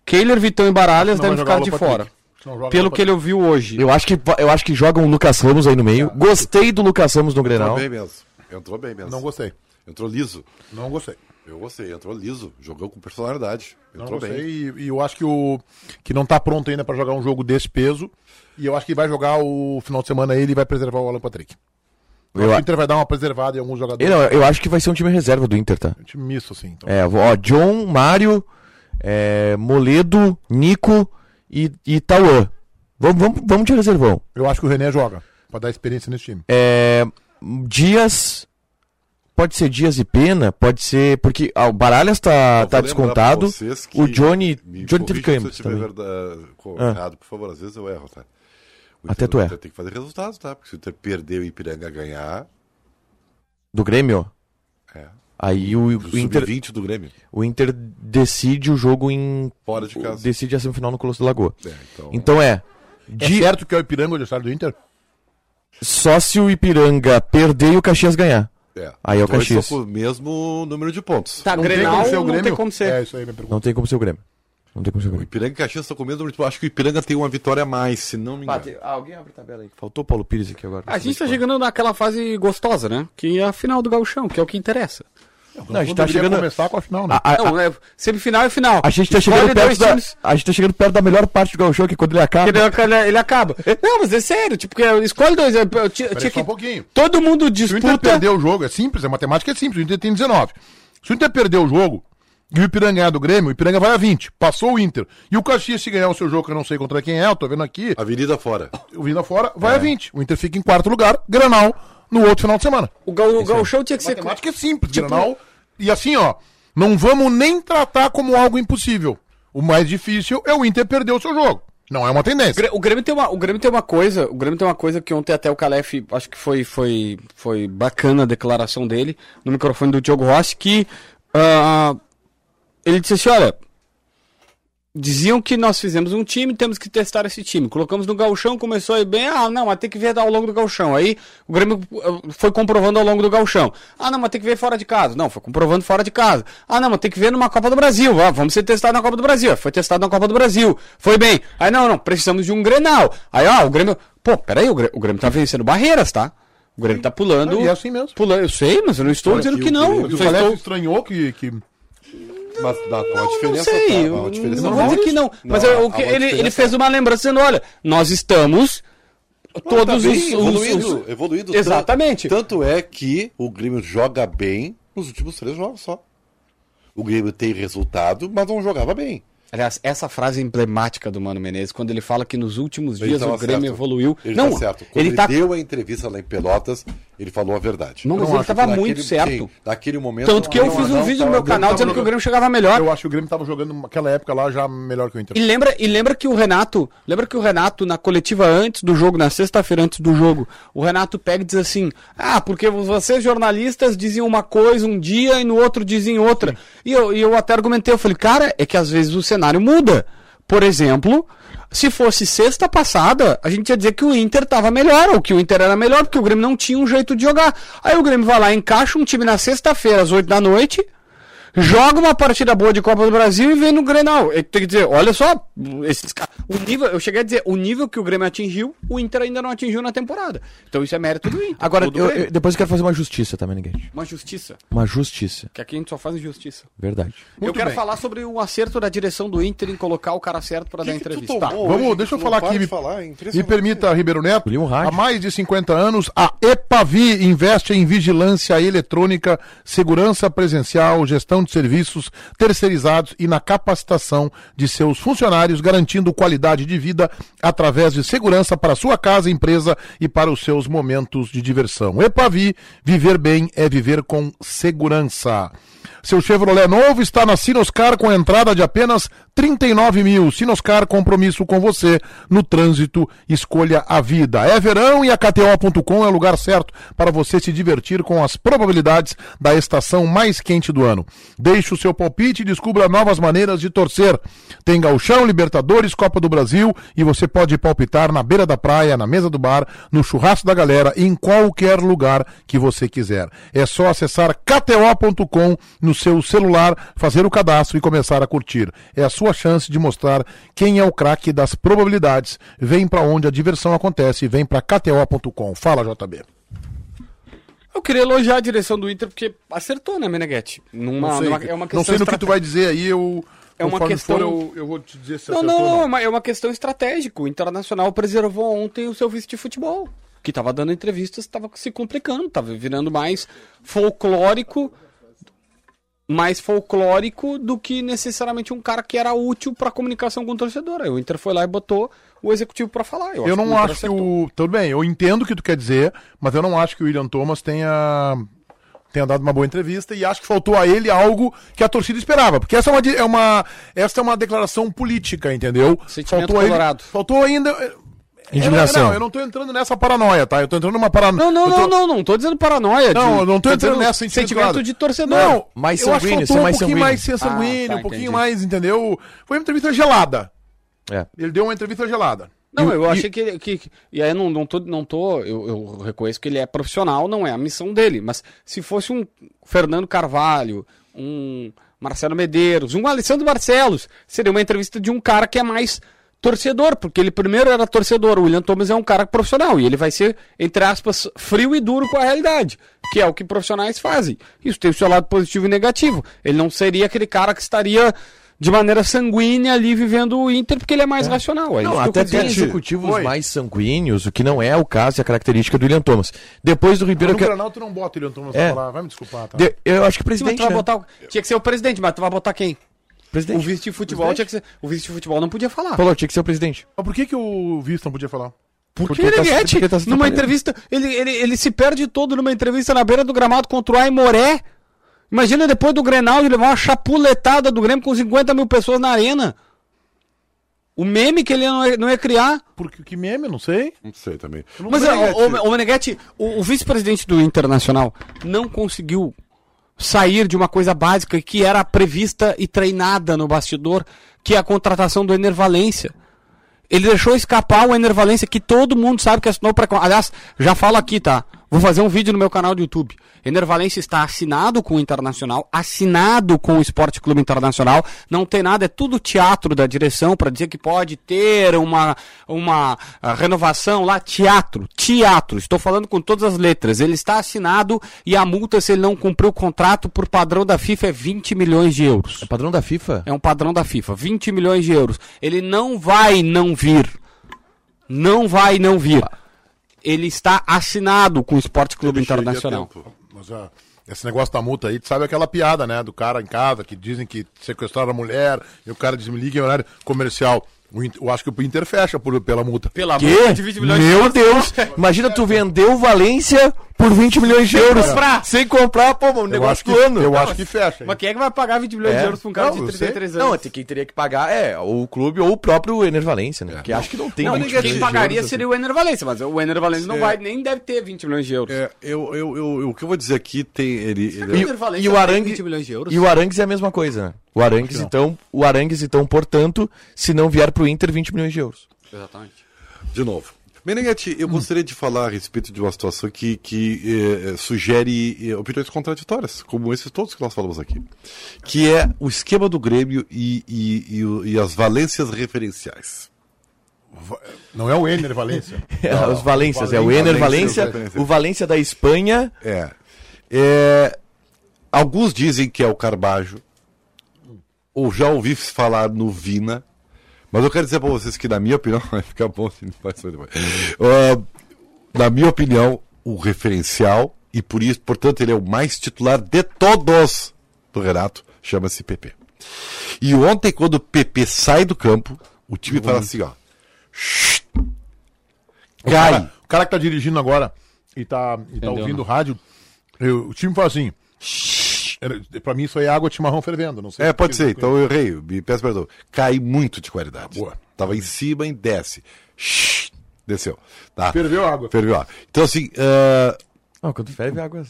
Speaker 4: Keiler, Vitão e Baralhas
Speaker 2: Não
Speaker 4: devem
Speaker 2: vai jogar
Speaker 4: ficar
Speaker 2: o
Speaker 4: um de
Speaker 2: Lopatrick.
Speaker 4: fora.
Speaker 2: Se não joga o
Speaker 4: Pelo
Speaker 2: Lopatrick.
Speaker 4: que ele ouviu hoje.
Speaker 3: Eu acho que eu acho que joga um Lucas Ramos aí no
Speaker 4: Tá.
Speaker 3: meio. Gostei do Lucas Ramos no
Speaker 5: Entrou
Speaker 3: Grenal.
Speaker 5: bem mesmo. Entrou bem mesmo.
Speaker 2: Não gostei.
Speaker 5: Entrou liso.
Speaker 2: Não gostei.
Speaker 5: Eu gostei. Entrou liso. Jogou com personalidade.
Speaker 2: Não
Speaker 5: Entrou
Speaker 2: gostei
Speaker 5: bem.
Speaker 2: e, e eu acho que o que não tá pronto ainda pra jogar um jogo desse peso. E eu acho que vai jogar o final de semana ele e vai preservar o Alan Patrick. Eu
Speaker 3: Eu
Speaker 2: acho que
Speaker 3: a-
Speaker 2: o Inter vai dar uma preservada em alguns jogadores.
Speaker 3: Eu, não, eu acho que vai ser um time reserva do Inter, tá?
Speaker 2: Um time misto, assim. Então.
Speaker 3: É, ó, John, Mário, é, Moledo, Nico e, e Tauan. Vamos, vamos, vamos de reservão.
Speaker 2: Eu acho que o René joga pra dar experiência nesse time.
Speaker 3: É, Dias. Pode ser Dias e Pena, pode ser. Porque ah, o Baralhas tá,
Speaker 5: Eu
Speaker 3: tá
Speaker 5: vou lembrar
Speaker 3: descontado.
Speaker 5: pra vocês que-
Speaker 3: O Johnny.
Speaker 5: me
Speaker 3: Johnny teve
Speaker 5: corrija
Speaker 3: câimbra
Speaker 5: Se eu tiver
Speaker 3: também.
Speaker 5: verdade, co-
Speaker 3: Ah.
Speaker 5: errado, por favor, às vezes eu erro, tá? O
Speaker 3: Até
Speaker 5: Inter-
Speaker 3: tu é.
Speaker 5: o
Speaker 3: erra.
Speaker 5: Inter Tem que fazer resultados, tá? Porque se o Inter perder e o Ipiranga ganhar,
Speaker 3: Do Grêmio.
Speaker 5: é.
Speaker 3: Aí o,
Speaker 5: O
Speaker 3: o Inter,
Speaker 5: sub-20 do Grêmio.
Speaker 3: o Inter decide o jogo em.
Speaker 5: Fora de casa.
Speaker 3: Decide a semifinal no Colosso da Lagoa.
Speaker 5: É, então,
Speaker 3: Então é.
Speaker 2: É
Speaker 3: de-
Speaker 2: certo que é o Ipiranga o adversário do Inter?
Speaker 3: Só se o Ipiranga perder e o Caxias ganhar.
Speaker 5: é.
Speaker 3: Aí é o
Speaker 5: Os dois
Speaker 3: Caxias.
Speaker 5: estão com o mesmo número de pontos.
Speaker 4: Tá, Grenal
Speaker 2: ser o
Speaker 4: não tem como ser.
Speaker 2: É, isso aí, minha pergunta.
Speaker 3: Não tem como ser o Grêmio. Não tem como ser o Grêmio.
Speaker 5: Ipiranga e Caxias estão com o mesmo número de pontos. Acho que o Ipiranga tem uma vitória a mais, se não me engano.
Speaker 3: Ah, alguém abre tabela aí. Faltou o Paulo Pires aqui agora.
Speaker 4: tá A gente tá chegando naquela fase gostosa, né? Que é a final do gauchão, que é o que interessa.
Speaker 3: Não, a gente tá
Speaker 2: Deveria
Speaker 3: chegando.
Speaker 2: Então, começar com a final, né?
Speaker 3: A, a-
Speaker 4: Não, é, semifinal é final.
Speaker 3: Ah, a gente tá
Speaker 4: Escolhe
Speaker 3: chegando
Speaker 4: dois
Speaker 3: perto da.
Speaker 4: times
Speaker 3: A gente tá chegando perto da melhor parte do Galchão, que é quando ele acaba.
Speaker 4: que ele, ele acaba. Não, mas é sério, tipo, que escolhe dois. Eu, eu, tinha-
Speaker 2: Peraí,
Speaker 4: tinha
Speaker 2: só
Speaker 4: que-
Speaker 2: um pouquinho.
Speaker 4: Todo mundo
Speaker 2: Se o Inter
Speaker 4: disputa.
Speaker 2: perder o jogo, é simples, a matemática é simples, o Inter tem 19. Se o Inter perder o jogo e o Ipiranga ganhar do Grêmio, o Ipiranga vai a 20. Passou o Inter. E o Caxias, se ganhar o seu jogo, que eu não sei contra quem é, eu tô vendo aqui,
Speaker 5: Avenida fora.
Speaker 2: o Vinda fora, vai
Speaker 4: É.
Speaker 2: a 20. O Inter fica em quarto lugar, Granal, no outro final de semana.
Speaker 4: O, ga, o Gauchão tinha que
Speaker 2: A
Speaker 4: ser.
Speaker 2: matemática é simples, Granal. E assim, ó, não vamos nem tratar como algo impossível. O mais difícil é o Inter perder o seu jogo. Não é uma
Speaker 4: O
Speaker 2: tendência.
Speaker 4: Grê- O Grêmio tem uma, o Grêmio tem uma coisa, o Grêmio tem uma coisa que ontem até o Calef, acho que foi foi foi bacana a declaração dele no microfone do Diogo Rossi que ah, ele disse assim, olha, diziam que nós fizemos um time, temos que testar esse time. Colocamos no gauchão, começou aí bem, ah, não, mas tem que ver ao longo do gauchão. Aí o Grêmio eh, foi comprovando ao longo do gauchão. Ah, não, mas tem que ver fora de casa. Não, foi comprovando fora de casa. Ah, não, mas tem que ver numa Copa do Brasil. Ah, vamos ser testados na Copa do Brasil. Ah, Foi testado na Copa do Brasil. Foi bem. Aí não, não, precisamos de um Grenal. Aí, ó, o Grêmio... Pô, peraí, o Grêmio, o Grêmio tá vencendo barreiras, tá? O Grêmio tá pulando...
Speaker 2: Ah, e é assim mesmo.
Speaker 4: Pulando, eu sei, mas eu não estou
Speaker 5: Olha
Speaker 4: dizendo
Speaker 5: aqui,
Speaker 4: que
Speaker 5: o
Speaker 4: não.
Speaker 5: Grêmio-
Speaker 2: O
Speaker 4: Eu só estou-
Speaker 2: Falef estranhou que, que
Speaker 5: Mas dá uma
Speaker 4: não
Speaker 5: diferença.
Speaker 4: sei,
Speaker 5: tá? Dá uma
Speaker 4: eu
Speaker 5: diferença
Speaker 4: não vou
Speaker 5: normal.
Speaker 4: dizer que não. Mas
Speaker 5: Não,
Speaker 4: eu-
Speaker 5: há
Speaker 4: o que-
Speaker 5: uma
Speaker 4: ele, ele
Speaker 5: diferença. é
Speaker 4: fez uma lembrança dizendo, olha, nós estamos
Speaker 5: Tá
Speaker 4: todos
Speaker 5: bem,
Speaker 4: os, os,
Speaker 5: evoluído,
Speaker 4: os-
Speaker 5: evoluído.
Speaker 4: Exatamente.
Speaker 5: Tanto, tanto é que o Grêmio joga bem nos últimos três jogos só. O Grêmio tem resultado, mas não jogava bem.
Speaker 4: Aliás, essa frase emblemática do Mano Menezes, quando ele fala que nos últimos
Speaker 5: Ele
Speaker 4: dias
Speaker 5: tava
Speaker 4: o Grêmio
Speaker 5: certo.
Speaker 4: evoluiu.
Speaker 5: Ele
Speaker 4: não,
Speaker 5: tá certo. Quando
Speaker 4: ele
Speaker 5: ele,
Speaker 4: tá.
Speaker 5: deu a entrevista lá em Pelotas, ele falou a verdade.
Speaker 4: Não, mas
Speaker 5: Eu
Speaker 4: ele
Speaker 5: acho
Speaker 4: tava
Speaker 5: que naquele-
Speaker 4: muito certo.
Speaker 5: sim, naquele momento.
Speaker 4: Tanto que eu
Speaker 5: não
Speaker 4: fiz
Speaker 5: era-
Speaker 4: um
Speaker 5: não tá
Speaker 4: vídeo no
Speaker 5: tava-
Speaker 4: meu
Speaker 5: não
Speaker 4: canal
Speaker 5: tava
Speaker 4: dizendo que o
Speaker 5: jogando.
Speaker 4: Grêmio chegava melhor.
Speaker 2: eu acho que o Grêmio tava jogando naquela época lá já melhor que o Inter.
Speaker 4: E lembra, e lembra que o Renato, lembra que o Renato na coletiva antes do jogo, na sexta-feira antes do jogo, o Renato pega e diz assim: "Ah, porque vocês jornalistas dizem uma coisa um dia e no outro dizem outra". E eu, e eu até argumentei, eu falei: "Cara, é que às vezes o cenário muda. Por exemplo, se fosse sexta passada, a gente ia dizer que o Inter estava melhor, ou que o Inter era melhor, porque o Grêmio não tinha um jeito de jogar. Aí o Grêmio vai lá, encaixa um time na sexta-feira às 8 da noite, joga uma partida boa de Copa do Brasil e vem no Grenal. É que Tem que dizer, olha só, esses caras. O nível, eu cheguei a dizer, o nível que o Grêmio atingiu, o Inter ainda não atingiu na temporada. Então isso é mérito do Inter.
Speaker 3: Agora,
Speaker 4: ou do
Speaker 3: eu-
Speaker 4: Grêmio.
Speaker 3: eu- depois eu quero fazer uma justiça também, ninguém.
Speaker 4: uma justiça.
Speaker 3: Uma justiça.
Speaker 4: Que aqui a gente só faz injustiça.
Speaker 3: Verdade.
Speaker 4: eu quero
Speaker 2: bem.
Speaker 4: falar sobre o acerto da direção do Inter em colocar o cara certo para dar
Speaker 5: que tu
Speaker 4: entrevista.
Speaker 5: tomou?
Speaker 4: Tá.
Speaker 5: Pô,
Speaker 2: Vamos,
Speaker 5: hoje
Speaker 2: deixa eu
Speaker 5: não
Speaker 2: falar
Speaker 5: para
Speaker 2: aqui.
Speaker 5: de
Speaker 2: Me,
Speaker 5: falar, é
Speaker 2: me
Speaker 5: impressionante.
Speaker 2: permita, Ribeiro Neto,
Speaker 3: Li um rádio.
Speaker 2: há mais de 50 anos, a EPAVI investe em vigilância eletrônica, segurança presencial, gestão de serviços terceirizados e na capacitação de seus funcionários, garantindo qualidade de vida através de segurança para sua casa, empresa e para os seus momentos de diversão. EPAVI, viver bem é viver com segurança. Seu Chevrolet novo está na Sinoscar com entrada de apenas 39 mil. Sinoscar, compromisso com você no trânsito, escolha a vida. É verão e a KTO.com é o lugar certo para você se divertir com as probabilidades da estação mais quente do ano. Deixe o seu palpite e descubra novas maneiras de torcer. Tem Galchão, Libertadores, Copa do Brasil e você pode palpitar na beira da praia, na mesa do bar, no churrasco da galera, em qualquer lugar que você quiser. É só acessar kto.com no seu celular, fazer o cadastro e começar a curtir. É a sua chance de mostrar quem é o craque das probabilidades. Vem pra onde a diversão acontece, vem pra kto.com. Fala, JB.
Speaker 4: Eu queria elogiar a direção do Inter porque acertou, né, Meneghete? Numa, numa- é uma questão
Speaker 2: não sei no que tu
Speaker 4: estrate-
Speaker 2: vai dizer aí, eu
Speaker 4: É uma
Speaker 2: conforme
Speaker 4: questão-
Speaker 2: for, eu, eu vou te dizer se
Speaker 4: Não,
Speaker 2: acertou
Speaker 4: não,
Speaker 2: ou
Speaker 4: não, é uma- é uma questão estratégica. O Internacional preservou ontem o seu vice de futebol, que estava dando entrevistas, estava se complicando, estava virando mais folclórico, mais folclórico do que necessariamente um cara que era útil para comunicação com o torcedor. Aí o Inter foi lá e botou o executivo para falar.
Speaker 2: Eu
Speaker 4: o
Speaker 2: não
Speaker 4: Inter
Speaker 2: acho que
Speaker 4: acertou.
Speaker 2: o. Tudo bem, eu entendo o que tu quer dizer, mas eu não acho que o William Thomas tenha. tenha dado uma boa entrevista e acho que faltou a ele algo que a torcida esperava. Porque essa é uma. di- É uma essa é uma declaração política, entendeu?
Speaker 4: Sentimento
Speaker 2: faltou a ele-
Speaker 4: colorado.
Speaker 2: faltou ainda. eu-
Speaker 3: Indignação.
Speaker 2: Eu, não, eu não tô entrando nessa paranoia, tá? Eu tô entrando numa paranoia.
Speaker 4: Não, não, não, não, não tô dizendo paranoia.
Speaker 2: Não,
Speaker 4: de-
Speaker 2: eu não tô
Speaker 4: tô
Speaker 2: entrando
Speaker 4: dizendo
Speaker 2: nessa
Speaker 4: sentimento de torcedor.
Speaker 2: Não,
Speaker 3: mais
Speaker 2: eu acho que
Speaker 3: sanguíneo,
Speaker 2: faltou
Speaker 3: ser
Speaker 2: um
Speaker 3: mais
Speaker 2: pouquinho
Speaker 3: sanguíneo.
Speaker 2: mais ser
Speaker 4: Ah,
Speaker 2: sanguíneo,
Speaker 4: tá,
Speaker 2: um pouquinho
Speaker 4: entendi.
Speaker 2: mais, entendeu? Foi uma entrevista gelada.
Speaker 3: É.
Speaker 2: Ele deu uma entrevista gelada.
Speaker 4: Não, eu
Speaker 2: E-
Speaker 4: achei que, ele- que, que- E aí eu não, não tô. Não tô eu, eu reconheço que ele é profissional, não é a missão dele. Mas se fosse um Fernando Carvalho, um Marcelo Medeiros, um Alessandro Barcelos, seria uma entrevista de um cara que é mais torcedor, porque ele primeiro era torcedor. O William Thomas é um cara profissional e ele vai ser, entre aspas, frio e duro com a realidade, que é o que profissionais fazem. Isso tem o seu lado positivo e negativo. Ele não seria aquele cara que estaria de maneira sanguínea ali vivendo o Inter, porque ele é mais racional. É
Speaker 3: Não,
Speaker 4: isso que eu
Speaker 3: até
Speaker 4: quis dizer.
Speaker 3: tem executivos mais sanguíneos, o que não é o caso e a característica do William Thomas. Depois do Ribeiro.
Speaker 2: No
Speaker 3: que-
Speaker 2: Granal tu não bota o Leon Thomas
Speaker 3: É.
Speaker 2: pra falar, vai me desculpar, tá?
Speaker 3: de- Eu acho que o
Speaker 4: Sim, mas
Speaker 3: presidente.
Speaker 4: tu vai
Speaker 3: né?
Speaker 4: botar o- Tinha que ser o presidente, mas tu vai botar quem? O
Speaker 3: presidente.
Speaker 4: vice de futebol tinha que ser. O vice de futebol não podia falar.
Speaker 3: Falou, tinha que ser o presidente.
Speaker 2: Mas por que, que o Visto não podia falar?
Speaker 4: Porque,
Speaker 3: Porque
Speaker 4: ele
Speaker 3: tá se-
Speaker 4: mete
Speaker 3: porque tá se
Speaker 4: numa
Speaker 3: atrapalhando.
Speaker 4: entrevista. Ele, ele, ele se perde todo numa entrevista na beira do gramado contra o Aimoré. Imagina depois do Grenal de levar uma chapuletada do Grêmio com 50 mil pessoas na arena. O meme que ele não ia, não ia criar.
Speaker 2: Porque que meme, não sei.
Speaker 5: Não sei também.
Speaker 4: Mas ó, o, o, Meneghetti, o, o vice-presidente do Internacional não conseguiu sair de uma coisa básica que era prevista e treinada no bastidor, que é a contratação do Ener Valência. Ele deixou escapar o Ener Valência, que todo mundo sabe que assinou para. Aliás, já falo aqui, tá? Vou fazer um vídeo no meu canal do YouTube. Ener Valência está assinado com o Internacional, assinado com o Esporte Clube Internacional. Não tem nada, é tudo teatro da direção para dizer que pode ter uma, uma ah, renovação lá. Teatro, teatro. Estou falando com todas as letras. Ele está assinado e a multa, se ele não cumprir o contrato, por padrão da FIFA, é 20 milhões de euros.
Speaker 3: É padrão da FIFA?
Speaker 4: É um padrão da FIFA. 20 milhões de euros. Ele não vai não vir. Não vai não vir. Ele está assinado com o Esporte Clube Internacional.
Speaker 2: Mas, ah, esse negócio da multa aí, tu sabe aquela piada, né? Do cara em casa que dizem que sequestraram a mulher e o cara diz, me liga em horário comercial. O Inter- eu acho que o Inter fecha por, pela multa.
Speaker 4: Pela
Speaker 3: Quê? Meu Deus! Imagina tu vendeu o Valência por 20 milhões de euros.
Speaker 4: comprar.
Speaker 3: Sem comprar, pô, um
Speaker 2: Eu acho
Speaker 3: negócio
Speaker 2: que,
Speaker 3: do ano.
Speaker 2: eu acho que fecha. hein?
Speaker 4: Mas quem é que vai pagar 20 milhões
Speaker 3: É.
Speaker 4: de euros pra um cara
Speaker 2: Não, eu
Speaker 4: de
Speaker 2: sei.
Speaker 4: 33 anos?
Speaker 3: Não, tem- quem teria que pagar é ou o clube ou o próprio Ener Valência, né? Porque acho que não tem.
Speaker 4: Não,
Speaker 3: muito
Speaker 4: quem
Speaker 3: dinheiro.
Speaker 4: pagaria seria o Ener Valencia, mas o Ener Valencia não
Speaker 5: É.
Speaker 4: vai, nem deve ter 20 milhões de euros.
Speaker 5: É, eu, eu, eu, eu- o que eu vou dizer aqui tem. Ele, ele-
Speaker 4: Será que Ener
Speaker 3: E,
Speaker 4: Valencia
Speaker 3: e o
Speaker 4: tem
Speaker 3: Arangues
Speaker 4: 20 milhões de euros?
Speaker 3: E o Arangues é a mesma coisa, né? O Arangues, então, o Arangues, então, portanto, se não vier pro Inter, 20 milhões de euros.
Speaker 4: Exatamente.
Speaker 5: De novo. Meneghetti, eu gostaria de falar a respeito de uma situação que, que eh, eh, sugere eh, opiniões contraditórias, como esses todos que nós falamos aqui, que é o esquema do Grêmio e, e, e o- e as valências referenciais.
Speaker 2: Não é o Ener Valência.
Speaker 3: É, Os Valências, é o
Speaker 5: Valen-
Speaker 3: Ener
Speaker 5: Valência,
Speaker 3: Valência,
Speaker 5: Valência.
Speaker 3: o Valência da Espanha.
Speaker 5: É. É, alguns dizem que é o Carbajo, ou já ouvi falar no Vina, mas eu quero dizer para vocês que, na minha opinião, vai ficar bom se não faz isso depois. Ah, na minha opinião, o referencial, e por isso, portanto, ele é o mais titular de todos do Renato, chama-se PP. E ontem, quando o PP sai do campo, o time fala assim, ó.
Speaker 2: Uhum. O cara, o cara que tá dirigindo agora e tá, e tá
Speaker 4: Entendeu, né?
Speaker 2: ouvindo o rádio, eu- o time fala assim. Era- Pra mim isso aí é água de chimarrão fervendo, não sei.
Speaker 5: É, pode ser. Então eu errei. Me peço perdão. Cai muito de qualidade.
Speaker 2: Boa.
Speaker 5: Tava em cima e desce. Shhh, Desceu. Tá.
Speaker 2: Ferveu a água.
Speaker 5: Ferveu água. Então, assim, ah,
Speaker 3: Não, quando ferve água.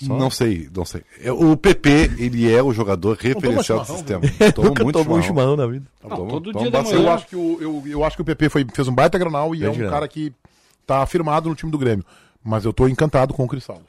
Speaker 5: não sei, não sei. É, O PP, ele é o jogador referencial do sistema.
Speaker 2: chimarrão,
Speaker 5: Toma
Speaker 3: Nunca tomou um chimarrão na vida.
Speaker 5: Toma-
Speaker 4: todo
Speaker 5: toma
Speaker 4: dia da
Speaker 5: bastante.
Speaker 2: Eu acho que o, eu, eu acho que o PP foi, fez um baita granal e é um
Speaker 3: Grande granal.
Speaker 2: cara que tá afirmado no time do Grêmio. Mas eu tô encantado com o Cristaldo.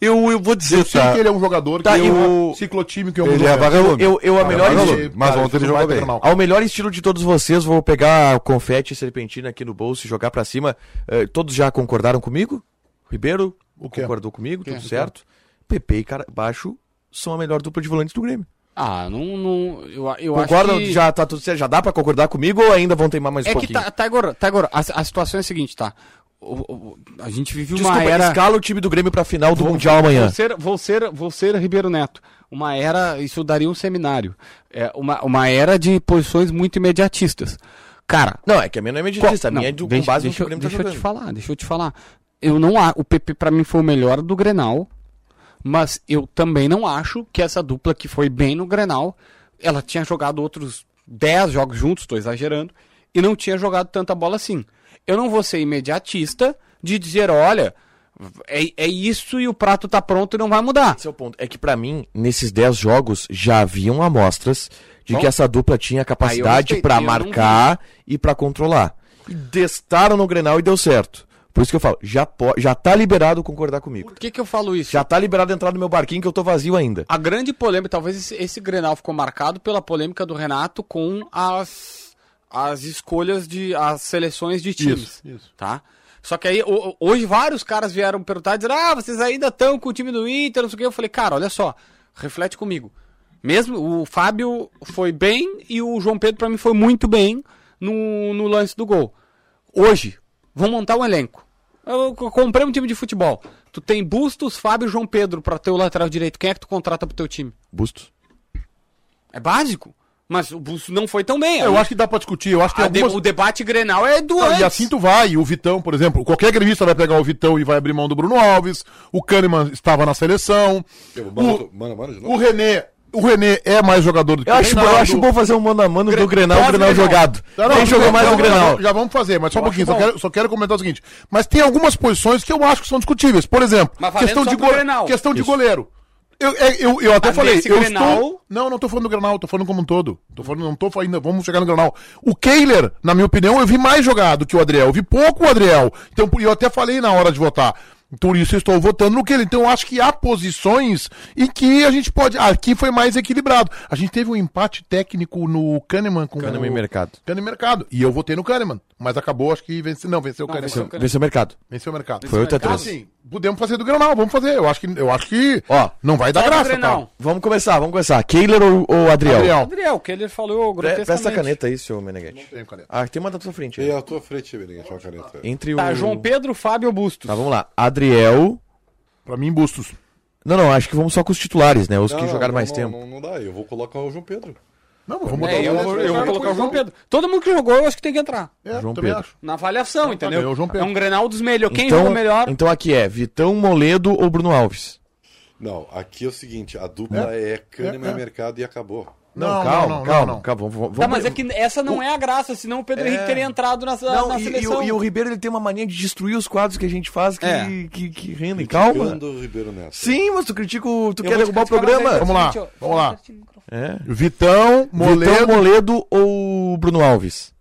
Speaker 5: Eu, eu vou dizer,
Speaker 2: Eu sei
Speaker 5: tá,
Speaker 2: que ele é um jogador
Speaker 3: Tá,
Speaker 2: que
Speaker 3: e
Speaker 2: é
Speaker 3: o-
Speaker 2: ciclotímico que é um
Speaker 5: Ele é vagabundo.
Speaker 3: Eu, eu, a melhor.
Speaker 5: vagabundo. mas ontem ele jogou
Speaker 2: joga
Speaker 5: bem.
Speaker 3: Ao melhor estilo de todos vocês, vou pegar confete e serpentina aqui no bolso e jogar pra cima. Eh, todos já concordaram comigo? Ribeiro
Speaker 2: quê?
Speaker 3: concordou comigo, tudo certo. Pepe e cara, Baixo são a melhor dupla de volantes do Grêmio.
Speaker 4: Ah, não. não eu eu
Speaker 3: Concordam?
Speaker 4: acho que...
Speaker 3: Já tá tudo certo? Já dá pra concordar comigo ou ainda vão teimar mais um
Speaker 4: É que
Speaker 3: pouquinho?
Speaker 4: tá, tá agora, tá agora. A, a situação é a seguinte, tá? O- o- a gente vive uma
Speaker 3: Desculpa,
Speaker 4: era.
Speaker 3: escala o time do Grêmio pra final do Mundial amanhã.
Speaker 4: Vou ser, vou, ser, vou ser Ribeiro Neto. Uma era, isso daria um seminário. É uma, uma era de posições muito imediatistas. Cara,
Speaker 3: Não, é que a minha não é mediatista, a minha é do, com base
Speaker 4: deixa,
Speaker 3: no que o Grêmio tá
Speaker 4: deixa eu te
Speaker 3: jogando.
Speaker 4: falar, deixa eu te falar. Eu não a- o PP pra mim foi o melhor do Grenal, mas eu também não acho que essa dupla que foi bem no Grenal, ela tinha jogado outros 10 jogos juntos, tô exagerando, e não tinha jogado tanta bola assim. Eu não vou ser imediatista de dizer, olha, é, é isso e o prato tá pronto e não vai mudar.
Speaker 3: Esse é o ponto. É que pra mim, nesses 10 jogos, já haviam amostras de
Speaker 4: Bom,
Speaker 3: que essa dupla tinha
Speaker 4: aí eu
Speaker 3: capacidade
Speaker 4: respeito,
Speaker 3: pra
Speaker 4: eu não
Speaker 3: marcar e pra controlar. E testaram no Grenal e deu certo. Por isso que eu falo, já, po- já tá liberado concordar comigo.
Speaker 4: Por que que eu falo isso?
Speaker 3: Já tá liberado entrar no meu barquinho que eu tô vazio ainda.
Speaker 4: A grande polêmica, talvez esse, esse Grenal ficou marcado pela polêmica do Renato com as as escolhas de. as seleções de times.
Speaker 2: Isso, isso.
Speaker 4: Tá? Só que aí, ho- hoje, vários caras vieram perguntar, dizer, ah, vocês ainda estão com o time do Inter, não sei o quê. Eu falei, cara, olha só, reflete comigo. Mesmo o Fábio foi bem e o João Pedro, pra mim, foi muito bem no, no lance do gol. Hoje, vão montar um elenco. Eu co- comprei um time de futebol. Tu tem Bustos, Fábio e João Pedro pra ter o lateral direito. Quem é que tu contrata pro teu time?
Speaker 3: Bustos.
Speaker 4: É básico. Mas o Bustos não foi tão bem.
Speaker 2: Eu acho que dá pra discutir. Eu acho que
Speaker 4: A
Speaker 3: Ah,
Speaker 2: tem
Speaker 4: de-
Speaker 2: algumas...
Speaker 4: O debate Grenal é do
Speaker 2: Não,
Speaker 4: antes.
Speaker 2: E assim tu vai, e o Vitão, por exemplo, qualquer gremista vai pegar o Vitão e vai abrir mão do Bruno Alves, o Kahneman estava na seleção,
Speaker 5: Eu, mano,
Speaker 2: o,
Speaker 5: mano, mano, de novo.
Speaker 2: o René, o René é mais jogador do que
Speaker 3: Eu acho,
Speaker 2: Reinaldo.
Speaker 3: eu acho bom fazer um mano a mano do Grenal, o
Speaker 4: Pode,
Speaker 3: Grenal
Speaker 4: Grenal.
Speaker 3: jogado.
Speaker 2: Não, não,
Speaker 3: Quem jogou
Speaker 2: já-
Speaker 3: mais é
Speaker 2: já-
Speaker 3: o Grenal?
Speaker 2: Já vamos fazer, mas só um
Speaker 4: Eu acho
Speaker 2: pouquinho, só
Speaker 4: bom.
Speaker 2: quero, só quero comentar o seguinte, mas tem algumas posições que eu acho que são discutíveis, por exemplo,
Speaker 4: Mas valendo
Speaker 2: questão
Speaker 4: só
Speaker 2: de,
Speaker 4: pro
Speaker 2: gole-
Speaker 4: Grenal.
Speaker 2: questão de goleiro. Eu, é, eu, eu até
Speaker 4: Mas
Speaker 2: falei,
Speaker 4: nesse
Speaker 2: eu
Speaker 4: Grenal-
Speaker 2: estou... Não, não tô falando do Granal, tô falando como um todo. Tô falando, não tô falando, ainda, vamos chegar no Granal. O Kehler, na minha opinião, eu vi mais jogado que o Adriel. Eu vi pouco o Adriel. Então, por- eu até falei na hora de votar. Por isso eu estou votando no Kehler. Então, eu acho que há posições em que a gente pode. Aqui foi mais equilibrado. A gente teve um empate técnico no Kahneman com
Speaker 3: Kahneman
Speaker 2: o...
Speaker 3: e Mercado.
Speaker 2: Kahneman e Mercado. E eu votei no Kahneman. Mas acabou, acho que venceu. Não, venceu o Kahneman.
Speaker 4: venceu o Kahneman.
Speaker 3: Venceu o mercado.
Speaker 2: Venceu o Mercado.
Speaker 3: Foi 8 a
Speaker 2: Então,
Speaker 3: 3.
Speaker 2: assim, podemos fazer do Granal, vamos fazer. Eu acho que. Eu acho que
Speaker 3: Ó,
Speaker 2: não vai dar
Speaker 4: Só do
Speaker 2: graça.
Speaker 4: Grenal.
Speaker 2: Tá?
Speaker 3: Vamos começar, vamos começar. Kehler ou, ou Adriel?
Speaker 2: Adriel. É,
Speaker 4: Gabriel, é que ele falou
Speaker 3: Pre-
Speaker 4: grotescamente.
Speaker 3: Presta a caneta aí, seu Meneghete.
Speaker 2: Tem, Caleta.
Speaker 3: Ah, tem uma da tua frente.
Speaker 5: E é
Speaker 3: aí.
Speaker 5: a tua frente, Benigno, uma caneta.
Speaker 3: Entre o...
Speaker 4: Tá, João Pedro, Fábio Bustos.
Speaker 3: Tá, vamos lá. Adriel...
Speaker 2: Pra mim, Bustos.
Speaker 3: Não, não, acho que vamos só com os titulares, né? Os
Speaker 5: Não,
Speaker 3: que
Speaker 5: não,
Speaker 3: jogaram
Speaker 5: não,
Speaker 3: mais
Speaker 5: não,
Speaker 3: tempo.
Speaker 5: Não, não dá, eu vou colocar o João Pedro.
Speaker 2: Não, mas vamos
Speaker 4: É, eu, vou- eu vou colocar o João Pedro. Todo mundo que jogou, eu acho que tem que entrar.
Speaker 2: É,
Speaker 3: João
Speaker 2: também
Speaker 3: Pedro.
Speaker 2: acho.
Speaker 4: Na avaliação,
Speaker 2: bem, é o
Speaker 4: entendeu?
Speaker 2: João
Speaker 4: É
Speaker 2: Pedro.
Speaker 4: um Grenal dos melhores. Quem
Speaker 3: então,
Speaker 4: jogou melhor?
Speaker 3: então aqui é Vitão, Moledo ou Bruno Alves?
Speaker 5: Não, aqui é o seguinte, a dupla é, Kahneman
Speaker 2: É, é.
Speaker 5: e Mercado e acabou.
Speaker 2: Não, não, não, não, não.
Speaker 3: calma. Vamos,
Speaker 4: Tá, mas é que essa não é a graça, senão o Pedro Henrique teria entrado na, na
Speaker 3: Não, e, e
Speaker 4: seleção.
Speaker 3: o, e o Ribeiro ele tem uma mania de destruir os quadros que a gente faz que,
Speaker 4: É.
Speaker 3: que, que rendem. Calma.
Speaker 5: Criticando o Ribeiro Neto.
Speaker 3: Sim, mas tu critica o. Tu
Speaker 4: Eu
Speaker 3: quer
Speaker 4: vou te
Speaker 3: derrubar o
Speaker 4: criticar,
Speaker 3: programa.
Speaker 4: mas é
Speaker 2: Vamos lá,
Speaker 4: seguinte, ó,
Speaker 2: vamos lá.
Speaker 4: pertinho do microfone.
Speaker 3: É.
Speaker 2: Vitão, Moledo.
Speaker 3: Vitão, Moledo ou Bruno Alves?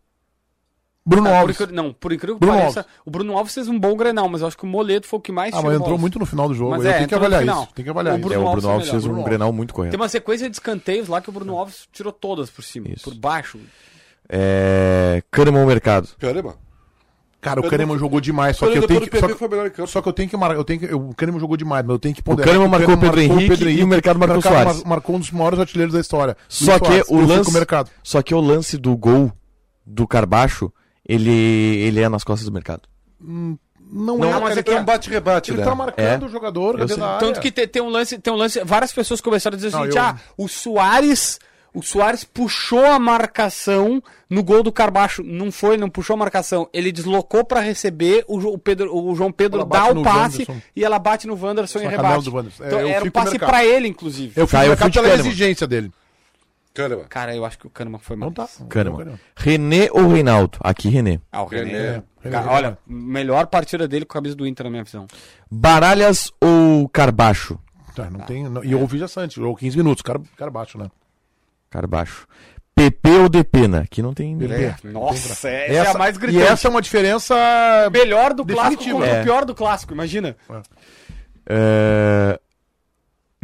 Speaker 2: Bruno
Speaker 4: Ah, por
Speaker 2: Alves.
Speaker 4: incrível- não, por incrível que
Speaker 2: Bruno
Speaker 4: pareça,
Speaker 2: Alves.
Speaker 4: o Bruno Alves fez um bom Grenal, mas eu acho que o Moledo foi o que mais
Speaker 2: Ah, mas
Speaker 4: tirou
Speaker 2: entrou
Speaker 4: bolas.
Speaker 2: muito no final do jogo.
Speaker 4: Mas
Speaker 2: eu
Speaker 4: é,
Speaker 2: tenho que
Speaker 4: entrou no
Speaker 2: avaliar
Speaker 4: final.
Speaker 2: isso. Tem que avaliar
Speaker 4: O
Speaker 2: isso.
Speaker 4: Bruno
Speaker 3: é, o
Speaker 4: Alves
Speaker 3: Bruno
Speaker 4: é
Speaker 3: Alves
Speaker 4: melhor,
Speaker 3: fez um
Speaker 4: Bruno Alves.
Speaker 3: grenal muito correto.
Speaker 4: Tem uma sequência de escanteios lá que o Bruno Alves tirou todas por cima,
Speaker 3: Isso.
Speaker 4: por baixo.
Speaker 3: É. Kahneman ou Mercado?
Speaker 5: Kahneman.
Speaker 2: Cara, o Kahneman jogou demais, só que eu
Speaker 5: Depois
Speaker 2: tenho
Speaker 5: do
Speaker 2: que. Só
Speaker 5: PP
Speaker 2: que...
Speaker 5: foi melhor em campo.
Speaker 2: Só que eu tenho que marcar. Eu tenho que, eu- o Kahneman jogou demais, mas eu tenho que
Speaker 3: O Kahneman marcou o Pedro Henrique e o Mercado marcou o Suárez.
Speaker 2: mar- marcou um dos maiores artilheiros da história.
Speaker 3: Só
Speaker 2: Luiz
Speaker 3: que,
Speaker 2: Suárez,
Speaker 3: o
Speaker 2: eu fui com
Speaker 3: lance,
Speaker 2: o mercado.
Speaker 3: só que o lance do gol do Carbacho, ele, ele é nas costas do mercado.
Speaker 2: Não,
Speaker 4: Não,
Speaker 2: é,
Speaker 4: mas
Speaker 2: cara,
Speaker 4: é que-
Speaker 2: ele tá-
Speaker 5: bate-rebate,
Speaker 2: Ele
Speaker 5: né?
Speaker 2: tá marcando
Speaker 3: É.
Speaker 2: o jogador, cadê
Speaker 3: sei.
Speaker 2: da área?
Speaker 4: Tanto que te- tem, um lance, tem um lance. Várias pessoas começaram a dizer o
Speaker 2: Ah, é. Não,
Speaker 4: seguinte:
Speaker 2: eu-
Speaker 4: ah, o Soares. O Soares puxou a marcação no gol do Carbacho. Não foi, não puxou a marcação. Ele deslocou pra receber. O, Jo- o Pedro- o João Pedro
Speaker 2: Ela
Speaker 4: dá
Speaker 2: bate
Speaker 4: o
Speaker 2: no
Speaker 4: passe
Speaker 2: Wanderson.
Speaker 4: e ela bate no Wanderson e
Speaker 2: Só a canal
Speaker 4: rebate.
Speaker 2: do Wanderson. É,
Speaker 4: então,
Speaker 2: eu
Speaker 4: era
Speaker 2: fui
Speaker 4: o
Speaker 2: com o
Speaker 4: passe
Speaker 2: mercado.
Speaker 4: pra ele, inclusive.
Speaker 2: Eu fui
Speaker 3: Tá,
Speaker 2: com o
Speaker 3: eu fui
Speaker 2: mercado
Speaker 3: de
Speaker 2: pela
Speaker 3: Kahneman.
Speaker 2: exigência dele.
Speaker 5: Kahneman.
Speaker 4: Cara, eu acho que o Kahneman foi mal.
Speaker 2: Não tá.
Speaker 3: Kahneman. René ou Reinaldo? Aqui, René.
Speaker 4: Ah, o René.
Speaker 5: René.
Speaker 4: Cara, olha, melhor partida dele com a camisa do Inter, na minha visão.
Speaker 3: Baralhas ou Carbacho?
Speaker 2: Tá, não tem. não- E houve já Santos, jogou 15 minutos, cara, cara baixo, né?
Speaker 3: Carbacho. PP ou Depena? Aqui não tem.
Speaker 2: PP.
Speaker 4: Nossa, essa, é
Speaker 2: Essa,
Speaker 4: a mais
Speaker 2: e
Speaker 4: gritante.
Speaker 2: essa é uma diferença.
Speaker 4: Melhor do clássico
Speaker 2: Definitiva.
Speaker 4: contra
Speaker 3: É.
Speaker 4: o pior do clássico, imagina.
Speaker 3: É,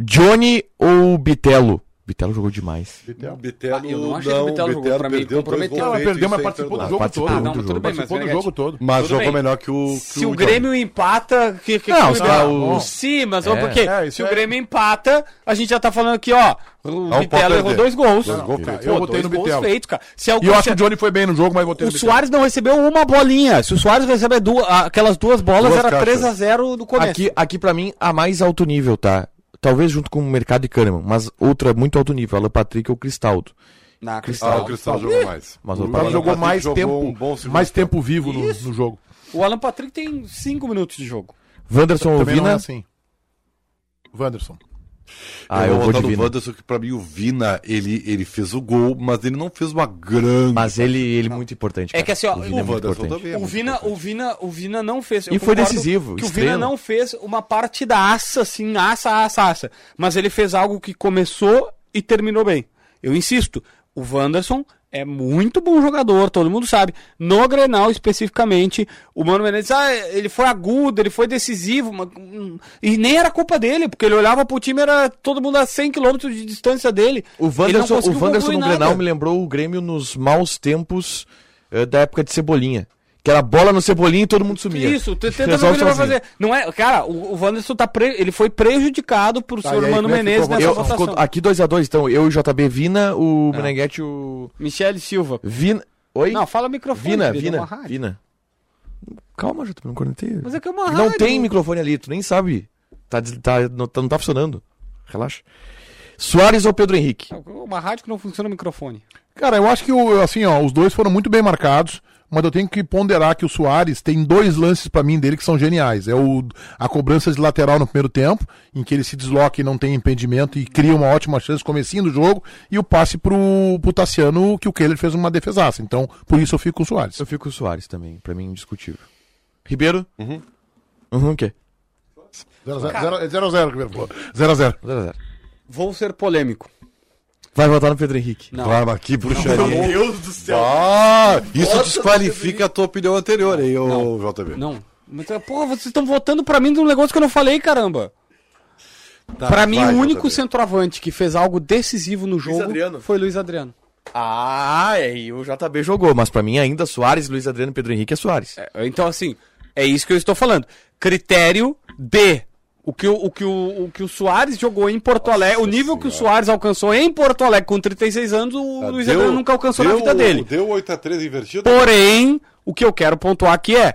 Speaker 3: Johnny ou Bitelo? Bitelo jogou demais.
Speaker 5: Bitelo.
Speaker 4: Ah, eu
Speaker 5: não,
Speaker 4: não achei que o Bitelo jogou, pra mim,
Speaker 5: perdeu dois
Speaker 4: comprometeu.
Speaker 5: gols
Speaker 4: Ela
Speaker 2: Ela
Speaker 5: feitos,
Speaker 2: perdeu, mas
Speaker 5: isso aí
Speaker 2: participou do
Speaker 5: é
Speaker 2: jogo
Speaker 3: participou
Speaker 2: todo.
Speaker 4: do jogo. Tudo bem, mas
Speaker 2: participou do
Speaker 4: Meneghetti.
Speaker 2: jogo todo.
Speaker 5: Mas
Speaker 4: Tudo
Speaker 5: jogou
Speaker 4: bem.
Speaker 5: melhor que o.
Speaker 4: Se o Grêmio empata, que, que
Speaker 3: Não,
Speaker 4: que-
Speaker 3: se tá
Speaker 2: o-
Speaker 4: Sim, mas ó,
Speaker 3: É.
Speaker 4: porque
Speaker 2: É, isso
Speaker 4: se o
Speaker 2: é-
Speaker 4: Grêmio empata, a gente já tá falando aqui, ó, o
Speaker 5: Não pode
Speaker 4: Vitelo
Speaker 5: perder.
Speaker 4: errou dois gols.
Speaker 5: Dois gols
Speaker 4: cara,
Speaker 5: feitos.
Speaker 4: eu
Speaker 2: Pô,
Speaker 4: botei
Speaker 2: dois
Speaker 4: no
Speaker 2: gols
Speaker 4: Bitelo.
Speaker 2: feitos,
Speaker 4: cara. Se é
Speaker 2: E eu acho que o Johnny foi bem no jogo, mas botei
Speaker 4: O
Speaker 2: no Bitelo.
Speaker 4: Soares não recebeu uma bolinha. Se o Soares recebe du- a- aquelas duas bolas,
Speaker 5: Duas
Speaker 4: era
Speaker 5: caixas.
Speaker 4: 3 a 0 no começo.
Speaker 3: Aqui, aqui para mim, a mais alto nível, tá? Talvez junto com o Mercado e Kahneman, mas outra muito alto nível, Alan Patrick ou Cristaldo.
Speaker 4: Na
Speaker 5: Ah,
Speaker 4: Cristal.
Speaker 5: o Cristal jogou mais.
Speaker 3: Mas
Speaker 5: O
Speaker 3: o
Speaker 2: Ela
Speaker 5: Alan
Speaker 3: Paulo
Speaker 2: jogou
Speaker 5: Patrick
Speaker 2: mais
Speaker 5: jogou
Speaker 2: tempo,
Speaker 5: um bom segundo
Speaker 2: mais
Speaker 5: tempo.
Speaker 2: tempo vivo no, no jogo.
Speaker 4: O Alan Patrick tem 5 minutos de jogo.
Speaker 3: Wanderson ou
Speaker 2: Também não é
Speaker 3: Vina?
Speaker 2: assim. Wanderson.
Speaker 3: Ah, eu vou de
Speaker 5: votar no
Speaker 3: Vina.
Speaker 5: Wanderson, que pra mim o Vina, ele, ele fez o gol, mas ele não fez uma grande.
Speaker 3: Mas ele, ele muito importante.
Speaker 4: É que assim, ó,
Speaker 3: o
Speaker 4: o
Speaker 3: Vina é muito
Speaker 5: Wanderson
Speaker 3: importante.
Speaker 5: também é
Speaker 4: o
Speaker 5: muito
Speaker 4: Vina, o Vina, o Vina não fez. eu
Speaker 3: E foi
Speaker 4: concordo
Speaker 3: decisivo,
Speaker 4: Que o
Speaker 3: estrela.
Speaker 4: Vina não fez uma partidaça, assim, aça, aça, aça. Mas ele fez algo que começou e terminou bem. Eu insisto, o Wanderson é muito bom jogador, todo mundo sabe. No Grenal, especificamente, o Mano Menezes, ah, ele foi agudo, ele foi decisivo, mas, hum, e nem era culpa dele, porque ele olhava pro time, era todo mundo a 100 km de distância dele.
Speaker 3: O
Speaker 4: Ele não
Speaker 3: Wanderson, o
Speaker 4: conseguiu
Speaker 3: Wanderson
Speaker 4: concluir
Speaker 3: no
Speaker 4: nada.
Speaker 3: Grenal me lembrou o Grêmio nos maus tempos eh, da época de Cebolinha. Que era bola no Cebolinha e todo mundo sumia.
Speaker 4: Isso, t- tenta ver o
Speaker 3: Resolve
Speaker 4: que ele vai
Speaker 3: sozinho.
Speaker 4: fazer. Não é, cara, o, o Wanderson tá pre- ele foi prejudicado por
Speaker 2: Tá,
Speaker 4: senhor
Speaker 2: e aí,
Speaker 4: Mano
Speaker 2: como é que
Speaker 4: Menezes
Speaker 2: ficou a
Speaker 4: nessa
Speaker 3: Eu-
Speaker 4: votação.
Speaker 3: ficou- aqui 2x2, então. Eu e o JB Vina, o Meneghetti e o.
Speaker 4: Michele Silva.
Speaker 3: Vina. Oi?
Speaker 4: Não, fala microfone.
Speaker 3: Vina,
Speaker 4: querido, é
Speaker 3: Vina,
Speaker 4: uma rádio.
Speaker 3: Vina. Calma, Jota, não cornetei.
Speaker 4: Mas é que é uma
Speaker 3: Não
Speaker 4: rádio.
Speaker 3: tem microfone ali, tu nem sabe. Tá, des- tá- não, tá- não tá funcionando. Relaxa. Soares ou Pedro Henrique?
Speaker 4: Uma rádio que não funciona o microfone.
Speaker 2: Cara, eu acho que o- assim, ó, os dois foram muito bem marcados, mas eu tenho que ponderar que o Soares tem dois lances pra mim dele que são geniais. É o a cobrança de lateral no primeiro tempo, em que ele se desloca e não tem impedimento e cria uma ótima chance comecinho do jogo, e o passe pro, pro Tassiano, que o Kehler fez uma defesaça. Então, por isso eu fico com o Soares.
Speaker 3: Eu fico com o Soares também, pra mim é indiscutível. Ribeiro? Uhum. Uhum, o quê?
Speaker 2: 0x0, primeiro pô. 0x0.
Speaker 3: Zero a zero.
Speaker 4: Vou ser polêmico.
Speaker 3: Vai votar no Pedro Henrique.
Speaker 4: Não.
Speaker 5: Claro, que bruxaria.
Speaker 2: Deus do céu.
Speaker 5: Ah, isso desqualifica a tua opinião anterior aí, ô JB.
Speaker 4: Não. Mas, é, Porra, vocês estão votando pra mim de um negócio que eu não falei, caramba.
Speaker 5: Tá,
Speaker 4: pra mim,
Speaker 5: vai,
Speaker 4: o único
Speaker 5: JB.
Speaker 4: centroavante que fez algo decisivo no jogo
Speaker 3: Adriano.
Speaker 4: foi Luiz Adriano.
Speaker 3: Ah, é, e o JB jogou, mas pra mim ainda Soares, Luiz Adriano e Pedro Henrique é Soares.
Speaker 4: É, Então, assim, é isso que eu estou falando. Critério de o que o, o, que o, o, que o Soares jogou em Porto Alegre, o nível que o Soares alcançou em Porto Alegre com 36 anos,
Speaker 2: Ah,
Speaker 4: o Luiz
Speaker 5: Deu-
Speaker 4: Adriano nunca alcançou na
Speaker 5: deu-
Speaker 4: vida dele.
Speaker 5: Deu 8x3 invertido?
Speaker 4: Porém, o que eu quero pontuar aqui é: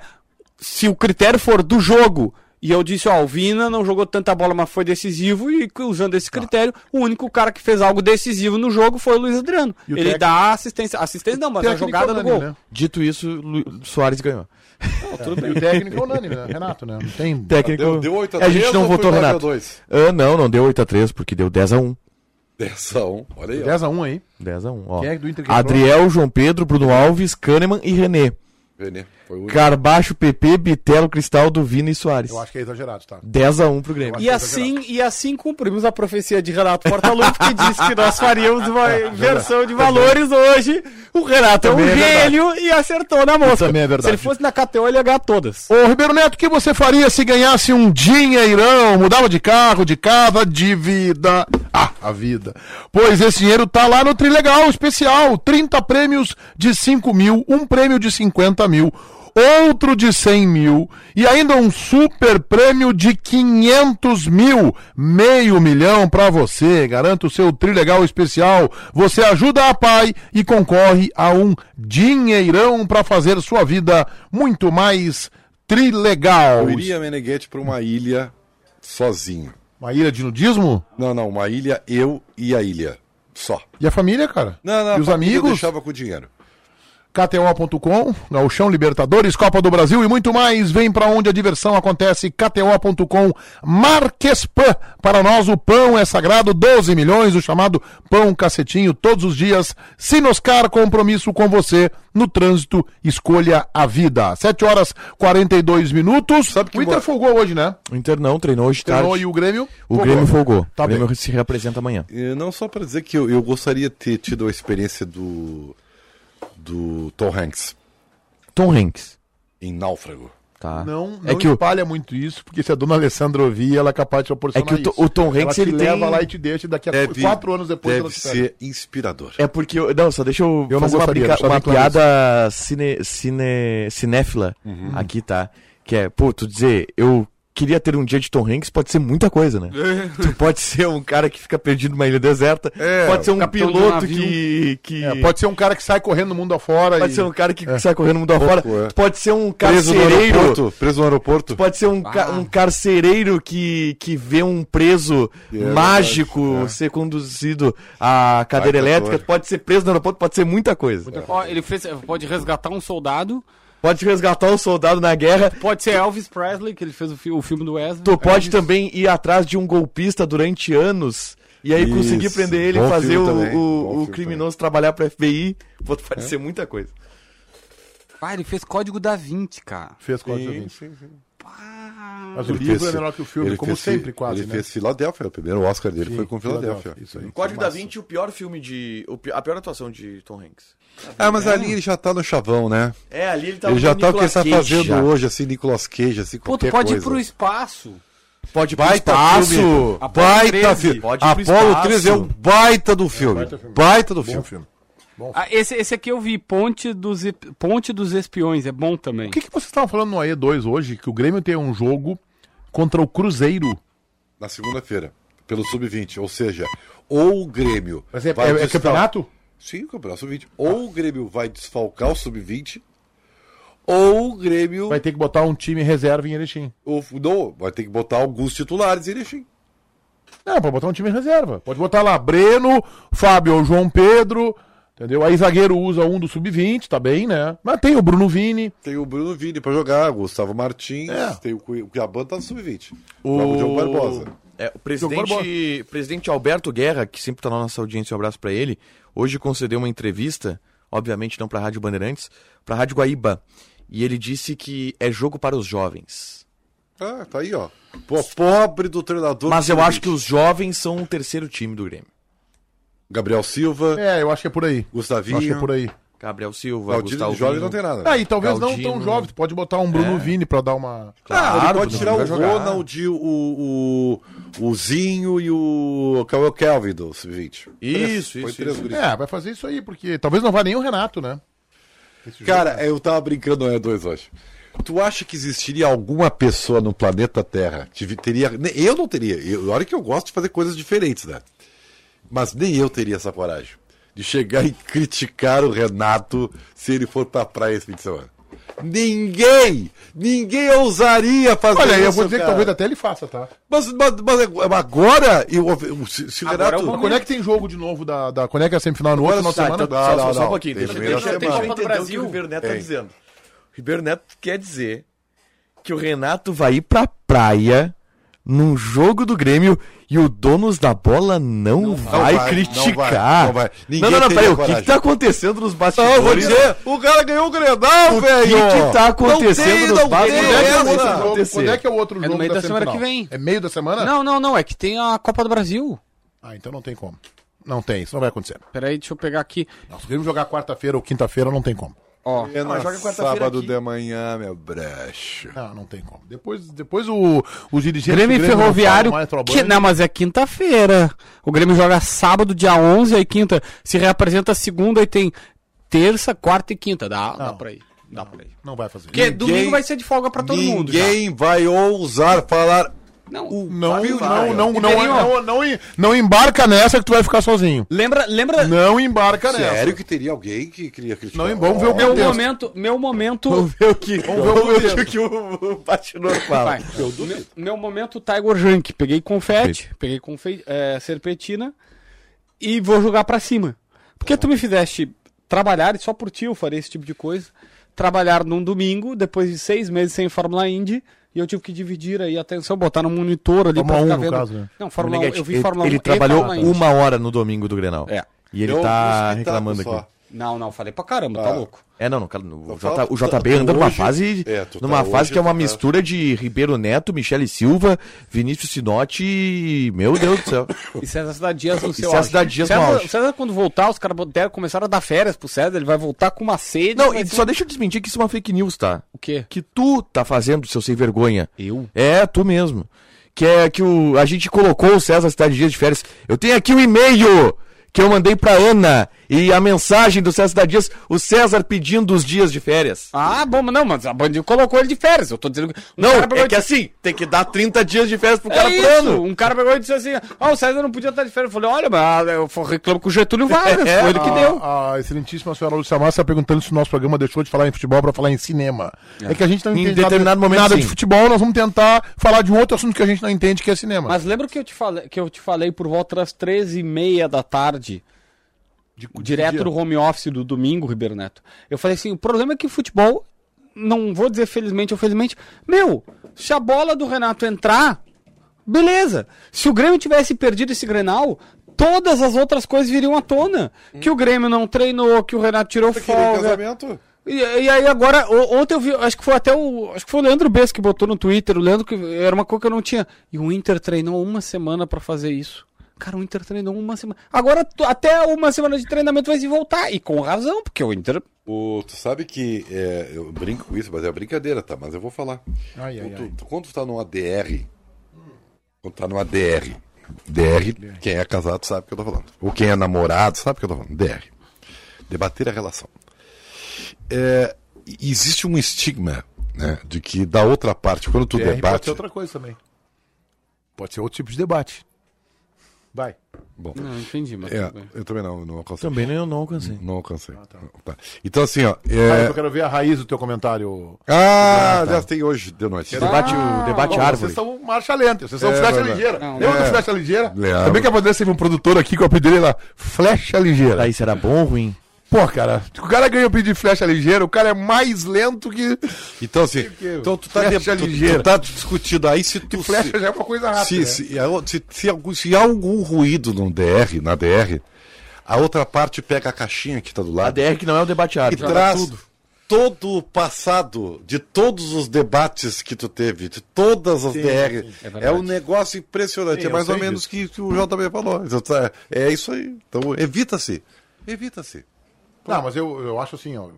Speaker 4: se o critério for do jogo, e eu disse, ó, o Vina não jogou tanta bola, mas foi decisivo, e usando
Speaker 2: Tá.
Speaker 4: esse critério, o único cara que fez algo decisivo no jogo foi o Luiz Adriano.
Speaker 2: E o
Speaker 4: Ele
Speaker 2: técnico-
Speaker 4: dá assistência. Assistência não, mas a
Speaker 2: Técnico
Speaker 4: jogada do
Speaker 2: unânime,
Speaker 4: gol. Tá
Speaker 2: né?
Speaker 3: Dito isso, Lu- Soares ganhou.
Speaker 2: E o técnico é unânime, né? Renato, né? Não tem.
Speaker 3: Técnico.
Speaker 5: Deu, deu 8 a 3
Speaker 3: é, a gente não votou, Renato. Ah, não, não deu 8x3, porque deu 10x1.
Speaker 5: 10 a 1. Olha aí, ó.
Speaker 2: 10x1 aí.
Speaker 3: 10x1, ó.
Speaker 2: Quem é do Inter que
Speaker 3: Adriel, João Pedro, Bruno Alves, Kahneman e René.
Speaker 5: Vene, Foi o único.
Speaker 3: Carbacho, PP, Bitelo, Cristaldo, Vina e Soares.
Speaker 2: Eu acho que é exagerado, tá?
Speaker 3: 10x1 pro Grêmio.
Speaker 4: E assim, e assim cumprimos a profecia de Renato Portaluppi, que disse que nós faríamos
Speaker 3: É
Speaker 4: uma inversão de valores hoje. O Renato é um
Speaker 2: Também é verdade.
Speaker 4: gênio e acertou na mosca.
Speaker 2: Também é
Speaker 4: Se ele
Speaker 2: verdade.
Speaker 4: fosse na KTO, ele ia ganhar todas.
Speaker 2: Ô, Ribeiro Neto, o que você faria se ganhasse um dinheirão? Mudava de carro, de casa, de vida. Ah, a vida. Pois esse dinheiro tá lá no Trilegal Especial. 30 prêmios de 5 mil, um prêmio de 50 mil, outro de 100 mil e ainda um super prêmio de 500 mil. Meio milhão pra você. Garanta o seu Trilegal Especial. Você ajuda a pai e concorre a um dinheirão pra fazer sua vida muito mais Trilegal.
Speaker 5: Eu iria Meneghete pra uma ilha sozinho.
Speaker 2: Uma ilha de nudismo?
Speaker 5: Não, não, uma ilha, eu e a ilha. Só.
Speaker 2: E a família, cara?
Speaker 5: Não, não,
Speaker 2: E os
Speaker 5: a família
Speaker 2: amigos?
Speaker 5: Eu deixava com o dinheiro.
Speaker 2: KTO.com, Gauchão Libertadores, Copa do Brasil e muito mais. Vem pra onde a diversão acontece, KTO.com, Marquespan. Para nós o pão é sagrado, 12 milhões, o chamado pão cacetinho, todos os dias. Sinoscar, compromisso com você. No trânsito, escolha a vida. 7 horas 42 minutos.
Speaker 5: Sabe que
Speaker 2: o Inter
Speaker 5: mo-
Speaker 2: folgou hoje, né?
Speaker 3: O Inter não treinou hoje tarde.
Speaker 2: Terminou e o Grêmio?
Speaker 3: O Grêmio folgou.
Speaker 2: Tá
Speaker 3: o Grêmio se reapresenta amanhã.
Speaker 5: E não só pra dizer que eu, eu gostaria de ter tido a experiência do, do Tom Hanks
Speaker 3: Tom Hanks.
Speaker 5: em Náufrago.
Speaker 3: Tá.
Speaker 2: Não, não
Speaker 3: é que o,
Speaker 2: espalha muito isso, porque se a dona Alessandra ouvir, ela é capaz de proporcionar
Speaker 3: É que o
Speaker 2: isso.
Speaker 3: To- o Tom
Speaker 2: ela
Speaker 3: Hanks,
Speaker 2: te
Speaker 3: ele tem-
Speaker 2: leva lá e te deixa, e daqui a
Speaker 5: Deve-
Speaker 2: quatro anos depois ela
Speaker 5: Deve
Speaker 2: te pega.
Speaker 5: ser inspirador.
Speaker 3: É porque eu. Não, só deixa eu,
Speaker 2: Eu não
Speaker 3: fazer
Speaker 2: gostaria,
Speaker 3: uma,
Speaker 2: deixa
Speaker 3: brinca-
Speaker 2: eu
Speaker 3: uma
Speaker 2: bem claro
Speaker 3: piada cine, cine, cinéfila aqui, tá? Que é, pô, tu dizer, eu queria ter um dia de Tom Hanks, pode ser muita coisa, né? tu pode ser um cara que fica perdido numa ilha deserta, pode ser um
Speaker 4: capitão de
Speaker 3: piloto
Speaker 4: navio.
Speaker 3: que. que...
Speaker 2: É, pode ser um cara que sai correndo no mundo afora
Speaker 3: pode
Speaker 2: e...
Speaker 3: ser um cara que sai correndo mundo afora.
Speaker 5: Louco, é.
Speaker 3: Tu Pode ser um
Speaker 5: Preso no
Speaker 3: carcereiro.
Speaker 5: aeroporto. Preso no aeroporto.
Speaker 3: Pode ser um, ca- um carcereiro que, que vê um preso
Speaker 5: É,
Speaker 3: mágico ser conduzido à cadeira
Speaker 5: Ai, que
Speaker 3: elétrica.
Speaker 5: horror.
Speaker 3: Pode ser preso no aeroporto, pode ser muita coisa.
Speaker 4: ele pode resgatar um soldado.
Speaker 3: Pode resgatar um soldado na guerra.
Speaker 4: Pode ser Elvis Presley, que ele fez o, fi- o filme do Wesley.
Speaker 5: É
Speaker 3: Tu pode também ir atrás de um golpista durante anos. E aí
Speaker 5: Isso.
Speaker 3: conseguir prender ele e
Speaker 5: Bom
Speaker 3: fazer
Speaker 5: filme
Speaker 3: o,
Speaker 5: também. Bom
Speaker 3: o, o
Speaker 5: filme É?
Speaker 3: criminoso trabalhar pra FBI. Pô, Pode ser muita coisa.
Speaker 4: Ah, ele fez Código da Vinci, cara.
Speaker 2: Fez código de ouvinte. Mas o livro é melhor que o filme,
Speaker 5: ele
Speaker 2: como
Speaker 5: fez-
Speaker 2: sempre, quase,
Speaker 5: Ele
Speaker 2: né?
Speaker 5: fez Filadélfia, o primeiro Oscar dele foi com Filadélfia.
Speaker 2: Isso aí.
Speaker 3: O Código da Vinci, o pior filme de. o pi- a pior atuação de Tom Hanks.
Speaker 5: Ah,
Speaker 2: É.
Speaker 5: mas ali ele já tá no chavão, né?
Speaker 3: É, ali ele tá
Speaker 5: Ele já tá o que ele tá fazendo
Speaker 3: hoje.
Speaker 5: hoje, assim, Nicolas Cage, assim,
Speaker 3: Pô, tu
Speaker 5: qualquer
Speaker 3: pode ir
Speaker 5: coisa.
Speaker 3: pro espaço.
Speaker 5: Pode ir pro baita
Speaker 4: espaço.
Speaker 5: filme.
Speaker 3: Apolo
Speaker 5: Baita
Speaker 3: 13.
Speaker 5: filme.
Speaker 3: Pode ir pro
Speaker 5: Apolo
Speaker 3: espaço.
Speaker 5: 13 é um baita do filme.
Speaker 2: baita filme.
Speaker 5: Baita do
Speaker 2: Bom
Speaker 5: filme.
Speaker 2: filme.
Speaker 4: Ah, esse, esse aqui eu vi, Ponte dos, Ep- Ponte dos Espiões, é bom também.
Speaker 2: O que, que vocês estavam falando no AE2 hoje? Que o Grêmio tem um jogo contra o Cruzeiro.
Speaker 5: Na segunda-feira, pelo Sub-20, ou seja, ou o Grêmio.
Speaker 2: Mas é,
Speaker 5: vai
Speaker 2: é- é
Speaker 5: desfal-
Speaker 2: campeonato?
Speaker 5: Sim, campeonato Sub-20. Ou o Grêmio vai desfalcar o Sub-20, ou o Grêmio.
Speaker 2: Vai ter que botar um time reserva em Erechim.
Speaker 5: o- não, vai ter que botar alguns titulares em Erechim.
Speaker 2: Não, pode botar um time reserva. Pode botar lá Breno, Fábio ou João Pedro, entendeu? Aí zagueiro usa um do sub-20, tá bem, né? Mas tem o Bruno Vini.
Speaker 5: Tem o Bruno Vini pra jogar, o Gustavo Martins,
Speaker 2: É.
Speaker 5: tem o Cui- o Cuiabá tá no Sub-20. Joga o Diogo Barbosa.
Speaker 3: É, o presidente, presidente Alberto Guerra, que sempre tá na nossa audiência, um abraço pra ele, hoje concedeu uma entrevista, obviamente não pra Rádio Bandeirantes, pra Rádio Guaíba. E ele disse que é jogo para os jovens.
Speaker 5: Ah, tá aí, ó. Pô, pobre do treinador.
Speaker 3: Mas
Speaker 5: do
Speaker 3: eu
Speaker 5: Sub-20.
Speaker 3: acho que os jovens são o terceiro time do Grêmio.
Speaker 5: Gabriel Silva,
Speaker 2: É, eu acho que é por aí. Eu
Speaker 5: Gustavinho.
Speaker 2: acho que é por aí.
Speaker 3: Gabriel Silva,
Speaker 5: Galdino
Speaker 3: Gustavo.
Speaker 5: de jovem não tem nada.
Speaker 2: Ah, e talvez não
Speaker 3: Galdino.
Speaker 2: tão jovem. Tu pode botar um
Speaker 4: É.
Speaker 2: Bruno Vini pra dar uma. Ah,
Speaker 5: Claro,
Speaker 3: Claro,
Speaker 5: Ah, ele pode
Speaker 3: Bruno
Speaker 5: tirar o
Speaker 3: vai jogar.
Speaker 5: Ronald, o, o, o Zinho e o Cauê Kelvin do Sub-20.
Speaker 3: Isso,
Speaker 5: Foi
Speaker 3: isso,
Speaker 5: três
Speaker 3: isso.
Speaker 5: guris.
Speaker 2: É, vai fazer isso aí, porque talvez não vá nem o Renato, né?
Speaker 5: Cara, eu tava brincando é, no E2 hoje. Tu acha que existiria alguma pessoa no planeta Terra que vi- teria. nem- Eu não teria. Eu, olha que eu gosto de fazer coisas diferentes, né? Mas nem eu teria essa coragem de chegar e criticar o Renato se ele for pra praia esse fim de semana. Ninguém! Ninguém ousaria fazer
Speaker 2: Olha, eu
Speaker 5: isso,
Speaker 2: vou dizer que
Speaker 5: cara.
Speaker 2: talvez até ele faça, tá?
Speaker 5: Mas, mas, mas agora, eu, eu- se, se o
Speaker 3: Agora é o
Speaker 5: Renato.
Speaker 2: Mas quando é que tem jogo de novo da. da quando é que é a semifinal no outro final de
Speaker 5: tá,
Speaker 2: semana?
Speaker 5: então dá.
Speaker 3: Só-
Speaker 5: Não,
Speaker 3: só,
Speaker 5: não,
Speaker 3: só
Speaker 5: não.
Speaker 3: um pouquinho.
Speaker 5: Tem
Speaker 3: Deixa,
Speaker 5: primeira
Speaker 3: deixa, deixa eu
Speaker 5: semana.
Speaker 3: entender
Speaker 4: Copa do
Speaker 3: o que o
Speaker 4: Brasil.
Speaker 3: Ribeiro Neto tá
Speaker 5: Tem.
Speaker 3: dizendo. O Ribeiro Neto quer dizer que o Renato vai ir pra praia num jogo do Grêmio e o donos da bola não, vai,
Speaker 5: vai,
Speaker 3: criticar.
Speaker 5: não vai, não vai.
Speaker 3: Não,
Speaker 5: Ninguém
Speaker 3: não, não,
Speaker 5: teria
Speaker 3: peraí. O que,
Speaker 5: coragem.
Speaker 3: que tá acontecendo nos bastidores?
Speaker 5: o cara ganhou o Grenal,
Speaker 3: é O que, que tá acontecendo
Speaker 5: Não tem,
Speaker 3: nos
Speaker 5: não
Speaker 3: bastidores?
Speaker 5: tem
Speaker 2: Quando é que é o
Speaker 5: essa.
Speaker 2: outro jogo?
Speaker 3: acontecer.
Speaker 2: Quando é que é o outro jogo
Speaker 4: no meio da semana
Speaker 2: semifinal?
Speaker 4: que vem.
Speaker 2: É meio da semana?
Speaker 4: Não, não, não, é que tem a Copa do Brasil.
Speaker 2: Ah, então não tem como. Não tem, isso não vai acontecer.
Speaker 4: Peraí, deixa eu pegar aqui.
Speaker 2: Não, se o Grêmio jogar quarta-feira ou quinta-feira, não tem como.
Speaker 4: Ó,
Speaker 5: É na
Speaker 3: joga quarta-feira
Speaker 5: sábado
Speaker 3: aqui.
Speaker 5: de manhã, meu brecho.
Speaker 2: Não, Ah, não tem como. Depois, depois o, os dirigentes.
Speaker 4: um Grêmio,
Speaker 2: do
Speaker 4: e
Speaker 2: não
Speaker 4: Ferroviário.
Speaker 2: falam mais, falam,
Speaker 4: Que, não, mas é quinta-feira. O Grêmio joga sábado, dia 11, aí quinta. Se reapresenta segunda e tem terça, quarta e quinta. Dá, dá pra ir. Dá pra ir.
Speaker 2: Não vai fazer.
Speaker 4: Porque domingo vai ser de folga pra todo mundo. já.
Speaker 5: Ninguém vai ousar falar.
Speaker 4: Não.
Speaker 2: Não,
Speaker 5: Vai,
Speaker 2: não, não,
Speaker 5: vai,
Speaker 4: ó.
Speaker 2: não, não, não, não, não embarca nessa que tu vai ficar sozinho.
Speaker 4: Lembra, lembra.
Speaker 2: Não embarca
Speaker 3: é
Speaker 2: nessa.
Speaker 3: assim.
Speaker 5: Sério que teria alguém que queria criticar?
Speaker 2: Não, é bom ver o
Speaker 5: Ó,
Speaker 2: meu
Speaker 4: Meu
Speaker 2: Deus.
Speaker 4: momento, meu momento.
Speaker 3: ver o que,
Speaker 2: Vamos ver o
Speaker 3: vamos ver
Speaker 2: Ribeiro.
Speaker 3: o que o o Patinor fala.
Speaker 4: Vai. Meu momento Tiger Junk. Peguei confete, peguei confe... é, serpentina e vou jogar pra cima. Porque tu me fizeste trabalhar, e só por ti eu farei esse tipo de coisa. Trabalhar num domingo, depois de seis meses sem Fórmula Indy, e eu tive que dividir aí a atenção, botar no monitor ali
Speaker 2: Fórmula
Speaker 3: um,
Speaker 4: pra ficar
Speaker 2: 1 no
Speaker 4: vendo.
Speaker 2: caso, né?
Speaker 4: Não, Fórmula 1, eu vi
Speaker 3: ele,
Speaker 4: Fórmula 1
Speaker 3: ele
Speaker 4: e
Speaker 3: trabalhou
Speaker 4: Fórmula Indy.
Speaker 3: uma hora no domingo do Grenal.
Speaker 4: É.
Speaker 3: E ele
Speaker 5: deu
Speaker 3: tá
Speaker 5: uns pitacos
Speaker 3: reclamando
Speaker 5: só.
Speaker 3: aqui.
Speaker 4: Não, não, falei pra caramba, tá
Speaker 5: Ah.
Speaker 4: louco.
Speaker 3: É, não, não, cara, no- o,
Speaker 5: fala,
Speaker 3: J, o
Speaker 5: tu tá-
Speaker 3: JB
Speaker 5: tu
Speaker 3: anda numa
Speaker 5: hoje-
Speaker 3: fase,
Speaker 5: é, tu tá
Speaker 3: numa fase
Speaker 5: hoje,
Speaker 3: que é uma
Speaker 5: tu tá-
Speaker 3: mistura de Ribeiro Neto, Michele Silva, Vinícius Sinotti e... Meu Deus do céu.
Speaker 4: E é César Cidade Dias no seu
Speaker 3: é César
Speaker 4: auge.
Speaker 3: Cidade Dias no
Speaker 4: César,
Speaker 3: auge.
Speaker 4: César, quando voltar, os caras deram- começaram a dar férias pro César, ele vai voltar com uma sede.
Speaker 3: Não,
Speaker 4: vai
Speaker 3: e
Speaker 4: ser-
Speaker 3: só deixa eu desmentir que isso é uma fake news, tá?
Speaker 4: O quê?
Speaker 3: Que tu tá fazendo, seu sem vergonha.
Speaker 4: Eu?
Speaker 3: É, tu mesmo. Que é que o, a gente colocou o César Cidade Dias de férias. Eu tenho aqui o e-mail que eu mandei pra Ana e a mensagem do César Cidade Dias, o César pedindo os dias de férias.
Speaker 4: Ah, bom, mas não, mas a Bandinho colocou ele de férias. Eu tô dizendo que. Um
Speaker 3: Não,
Speaker 4: cara pegou
Speaker 3: é
Speaker 4: e
Speaker 3: que
Speaker 4: disse-
Speaker 3: assim, tem que dar 30 dias de férias pro
Speaker 4: É
Speaker 3: cara por
Speaker 4: isso,
Speaker 3: ano.
Speaker 4: um cara pegou e disse assim: Ó, o César não podia estar de férias. Eu falei: Olha, mas eu for- reclamo com o Getúlio Vargas.
Speaker 3: É,
Speaker 4: foi ele que
Speaker 2: A-
Speaker 4: deu.
Speaker 2: A excelentíssima senhora Lúcia Massa está perguntando se o nosso programa deixou de falar em futebol para falar em cinema. É. que a gente não
Speaker 3: Em
Speaker 2: entende
Speaker 3: determinado
Speaker 2: nada,
Speaker 3: momento,
Speaker 2: nada
Speaker 3: sim.
Speaker 2: de futebol, nós vamos tentar falar de um outro assunto que a gente não entende, que é cinema.
Speaker 4: Mas lembra que eu te falei, que eu te falei por volta das 13h30 da tarde, direto do home office do domingo, Ribeiro Neto? Eu falei assim: o problema é que o futebol, não vou dizer felizmente ou felizmente, meu, se a bola do Renato entrar, Beleza. Se o Grêmio tivesse perdido esse Grenal, todas as outras coisas viriam à tona. Que o Grêmio não treinou, que o Renato tirou
Speaker 5: Queria
Speaker 4: folga.
Speaker 5: casamento?
Speaker 4: E, e aí agora, o- ontem eu vi, acho que foi até o. Acho que foi o Leandro Bess que botou no Twitter. O Leandro que era uma coisa que eu não tinha. E o Inter treinou uma semana pra fazer isso. Cara, o Inter treinou uma semana. Agora, tu- até uma semana de treinamento vai se voltar. E com razão, porque o Inter.
Speaker 5: O, tu sabe que é, eu brinco com isso, mas é brincadeira, tá? Mas eu vou falar.
Speaker 2: Ai, ai,
Speaker 5: Tu- tu- tu- quando tu tá num ADR, quando tá num ADR, DR, quem é casado sabe o que eu tô falando. Ou quem é namorado sabe o que eu tô falando. DR. Debater a relação. É, e- existe um estigma, né? De que da outra parte, quando tu
Speaker 2: DR pode
Speaker 5: debate.
Speaker 2: ser outra coisa também. Pode ser outro tipo de debate. Vai.
Speaker 5: Bom,
Speaker 4: Não, entendi, mas.
Speaker 5: é, eu também não, não alcancei.
Speaker 6: Também não, não alcancei.
Speaker 5: Não alcancei. Tá. Então assim, ó.
Speaker 2: Ah,
Speaker 5: é-
Speaker 2: eu quero ver a raiz do teu comentário. Ah,
Speaker 5: Ah,
Speaker 2: tá.
Speaker 5: já tem hoje de noite.
Speaker 6: Debate, o debate
Speaker 2: Bom,
Speaker 6: árvore.
Speaker 2: Vocês são marcha lenta, vocês são
Speaker 5: É,
Speaker 2: flecha
Speaker 5: verdade.
Speaker 2: ligeira.
Speaker 4: Não,
Speaker 2: Lembra
Speaker 5: é.
Speaker 2: do flecha ligeira?
Speaker 5: Lembro.
Speaker 2: Também que a Bandeira teve um produtor aqui que o apelido dele era flecha ligeira.
Speaker 6: Daí será bom ou ruim?
Speaker 2: Pô, cara, o cara ganhou o pedido de flecha ligeira, o cara é mais lento que.
Speaker 5: Então, assim, então tu tá, de,
Speaker 2: Flecha é
Speaker 5: tu,
Speaker 2: ligeira.
Speaker 5: tu tá discutindo aí se tu.
Speaker 2: Flecha
Speaker 5: se,
Speaker 2: já é uma coisa rápida.
Speaker 5: se,
Speaker 2: né?
Speaker 5: se- é se- se algum, se há algum ruído no DR, na DR, a outra parte pega a caixinha que tá do
Speaker 6: A
Speaker 5: lado
Speaker 6: DR que não é o debate
Speaker 5: e
Speaker 6: árvore.
Speaker 5: traz todo o passado de todos os debates que tu teve, de todas as DR. é, um negócio impressionante.
Speaker 2: Sim,
Speaker 5: é
Speaker 2: eu
Speaker 5: mais ou
Speaker 2: sei
Speaker 5: menos que, que o JB falou. É isso aí. Então, evita-se. Evita-se.
Speaker 2: Não, mas eu, eu acho assim, ó,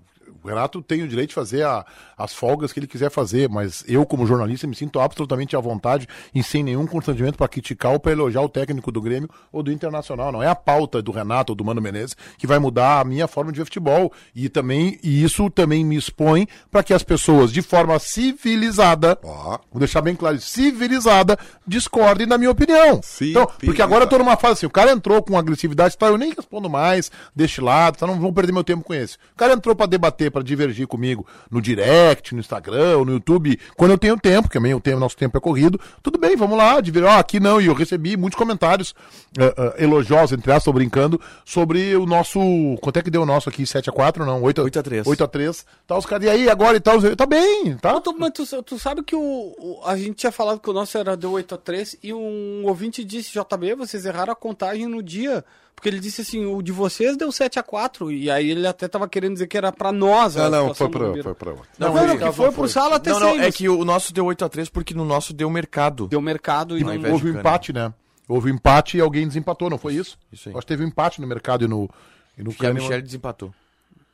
Speaker 2: o Renato tem o direito de fazer a- as folgas que ele quiser fazer, mas eu, como jornalista, me sinto absolutamente à vontade e sem nenhum constrangimento para criticar ou para elogiar o técnico do Grêmio ou do Internacional. Não é a pauta do Renato ou do Mano Menezes que vai mudar a minha forma de ver futebol. E também e isso também me expõe para que as pessoas, de forma civilizada,
Speaker 5: Ó.
Speaker 2: vou deixar bem claro, civilizada, discordem da minha opinião. Então, porque agora eu tô numa fase assim, o cara entrou com agressividade, tá, eu nem respondo mais deste lado, tá, não vão perder meu tempo com esse. O cara entrou pra debater, pra divergir comigo no direct, no Instagram, ou no YouTube, quando eu tenho tempo, que também o tempo, nosso tempo é corrido, tudo bem, vamos lá, divergir, ó, aqui não, e eu recebi muitos comentários eh, eh, elogiosos, entre aspas, tô brincando, sobre o nosso, quanto é que deu o nosso aqui, 7x4, não, 8
Speaker 6: Oito a três.
Speaker 2: 8 a 3 tá, os caras, e aí, agora e tal, tá bem, tá?
Speaker 4: Mas tu, mas tu- tu sabe que o, o- a gente tinha falado que o nosso era de 8 a 3 e um ouvinte disse, JB, vocês erraram a contagem no dia. Porque ele disse assim, o de vocês deu 7 a 4 E aí ele até tava querendo dizer que era pra nós.
Speaker 5: Não,
Speaker 4: a
Speaker 5: não,
Speaker 4: situação
Speaker 5: foi
Speaker 4: do
Speaker 5: pra,
Speaker 4: Ribeiro.
Speaker 5: foi pra outra.
Speaker 4: Não,
Speaker 2: Não,
Speaker 4: não,
Speaker 2: nesse
Speaker 4: que
Speaker 2: caso
Speaker 4: foi
Speaker 2: não
Speaker 4: pro
Speaker 2: foi.
Speaker 4: sala até
Speaker 6: Não, não,
Speaker 4: seis.
Speaker 6: é que o nosso deu 8x3 porque no nosso deu mercado.
Speaker 4: Deu mercado e não...
Speaker 6: invés de
Speaker 2: Houve um
Speaker 6: cana.
Speaker 2: empate, né? Houve um empate e alguém desempatou, não foi isso?
Speaker 6: Isso aí.
Speaker 2: Acho que teve um empate no mercado e no, e no
Speaker 6: E a
Speaker 2: Kahneman.
Speaker 6: Michelle desempatou.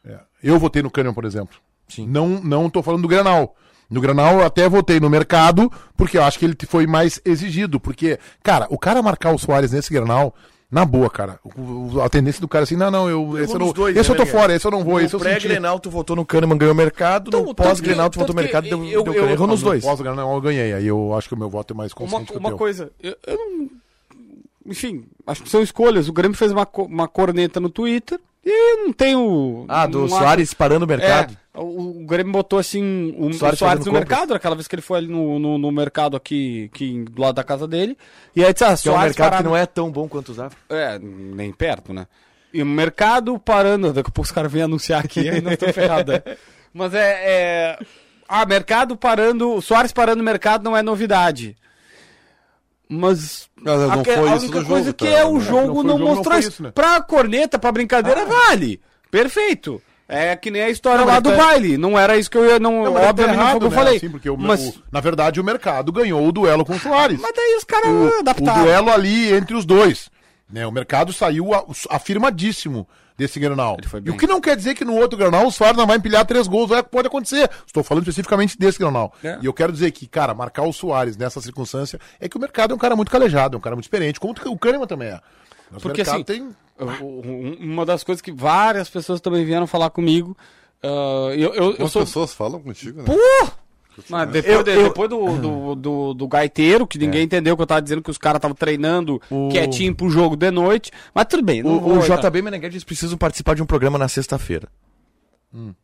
Speaker 2: É. Eu votei no Cânima, por exemplo.
Speaker 6: Sim.
Speaker 2: Não, não tô falando do Granal. No Granal eu até votei no mercado, porque eu acho que ele foi mais exigido. Porque, cara, o cara marcar o Soares nesse Granal, na boa, cara. o- o- a tendência do cara é assim, não, não, eu, esse eu,
Speaker 6: vou
Speaker 2: não,
Speaker 6: nos dois,
Speaker 2: esse
Speaker 6: né,
Speaker 2: eu tô
Speaker 6: Meneghel?
Speaker 2: fora, esse eu não vou, esse
Speaker 6: no
Speaker 2: eu senti.
Speaker 6: pré-Grenal tu votou no Kahneman, ganhou mercado.
Speaker 4: Então,
Speaker 6: no
Speaker 4: tanto que-
Speaker 6: pós-Grenal tu
Speaker 4: tanto
Speaker 6: votou no
Speaker 4: que
Speaker 6: mercado, deu,
Speaker 4: eu- eu-
Speaker 6: deu
Speaker 4: Ah,
Speaker 6: Kahneman.
Speaker 4: eu-
Speaker 6: Errou nos
Speaker 2: Mas no
Speaker 6: dois.
Speaker 2: Pós-Granal eu ganhei, aí eu acho que o meu voto é mais
Speaker 4: Uma,
Speaker 2: consciente que
Speaker 4: uma
Speaker 2: o teu.
Speaker 4: coisa, eu, eu não. Enfim, acho que são escolhas. O Grêmio fez uma, co- uma corneta no Twitter e eu não tenho.
Speaker 6: Ah, do
Speaker 4: não acho-
Speaker 6: Soares parando o mercado.
Speaker 4: É, o, o Grêmio botou assim o o
Speaker 6: Soares
Speaker 4: Soares,
Speaker 6: fazendo
Speaker 4: no
Speaker 6: compras.
Speaker 4: mercado, aquela vez que ele foi ali no, no, no mercado aqui, aqui do lado da casa dele. E aí disse, ah,
Speaker 6: Que é um
Speaker 4: Soares
Speaker 6: mercado que
Speaker 4: parado.
Speaker 6: não é tão bom quanto o Zafra.
Speaker 4: É, nem perto, né? E o mercado parando, daqui a pouco os caras vêm anunciar aqui, aí nós estamos ferrados. né? Mas é, é- Ah, mercado parando, o Soares parando o mercado não é novidade. Mas.
Speaker 5: Mas não
Speaker 4: aque-
Speaker 5: foi
Speaker 4: a
Speaker 5: isso
Speaker 4: única
Speaker 5: no
Speaker 4: coisa
Speaker 5: jogo,
Speaker 4: que
Speaker 5: tá?
Speaker 4: é o
Speaker 5: Não,
Speaker 2: não
Speaker 4: jogo
Speaker 2: foi o
Speaker 4: não,
Speaker 2: jogo, não
Speaker 4: mostrou
Speaker 2: foi
Speaker 4: isso.
Speaker 2: isso, né? Ah.
Speaker 4: Pra corneta, pra brincadeira, vale. Perfeito. É que nem a história
Speaker 2: Não, mas
Speaker 4: lá do
Speaker 2: tá-
Speaker 4: baile. Não era isso que eu ia. Não,
Speaker 2: Não, mas
Speaker 4: obviamente
Speaker 2: tá
Speaker 4: não foi né? o que eu falei.
Speaker 2: Assim, porque o,
Speaker 4: mas,
Speaker 2: o- na verdade o mercado ganhou o duelo com o Soares.
Speaker 4: mas daí os caras
Speaker 2: o, o
Speaker 4: adaptaram.
Speaker 2: duelo ali entre os dois. Né? O mercado saiu a- afirmadíssimo desse Granal.
Speaker 4: foi
Speaker 2: E
Speaker 4: bem.
Speaker 2: o que não quer dizer que no outro Granal o Soares não vai empilhar três gols, é o que pode acontecer. Estou falando especificamente desse Granal.
Speaker 4: É.
Speaker 2: E eu quero dizer que, cara, marcar o Soares nessa circunstância é que o mercado é um cara muito calejado, é um cara muito experiente, como o Kahneman também é. Mas
Speaker 4: Porque
Speaker 2: o mercado
Speaker 4: assim,
Speaker 2: tem...
Speaker 4: o- o- Um, uma das coisas que várias pessoas também vieram falar comigo, ah, eu, eu, eu
Speaker 5: As
Speaker 4: sou...
Speaker 5: pessoas falam contigo, né?
Speaker 4: Mas depois, de- depois do, do, do, do gaiteiro, que
Speaker 5: É.
Speaker 4: ninguém entendeu que eu tava dizendo que os caras estavam treinando quietinho pro jogo de noite, mas tudo bem. não é,
Speaker 6: O,
Speaker 4: vou
Speaker 6: o
Speaker 4: entrar.
Speaker 6: JB Meneghedes precisam participar de um programa na sexta-feira.
Speaker 4: Hum.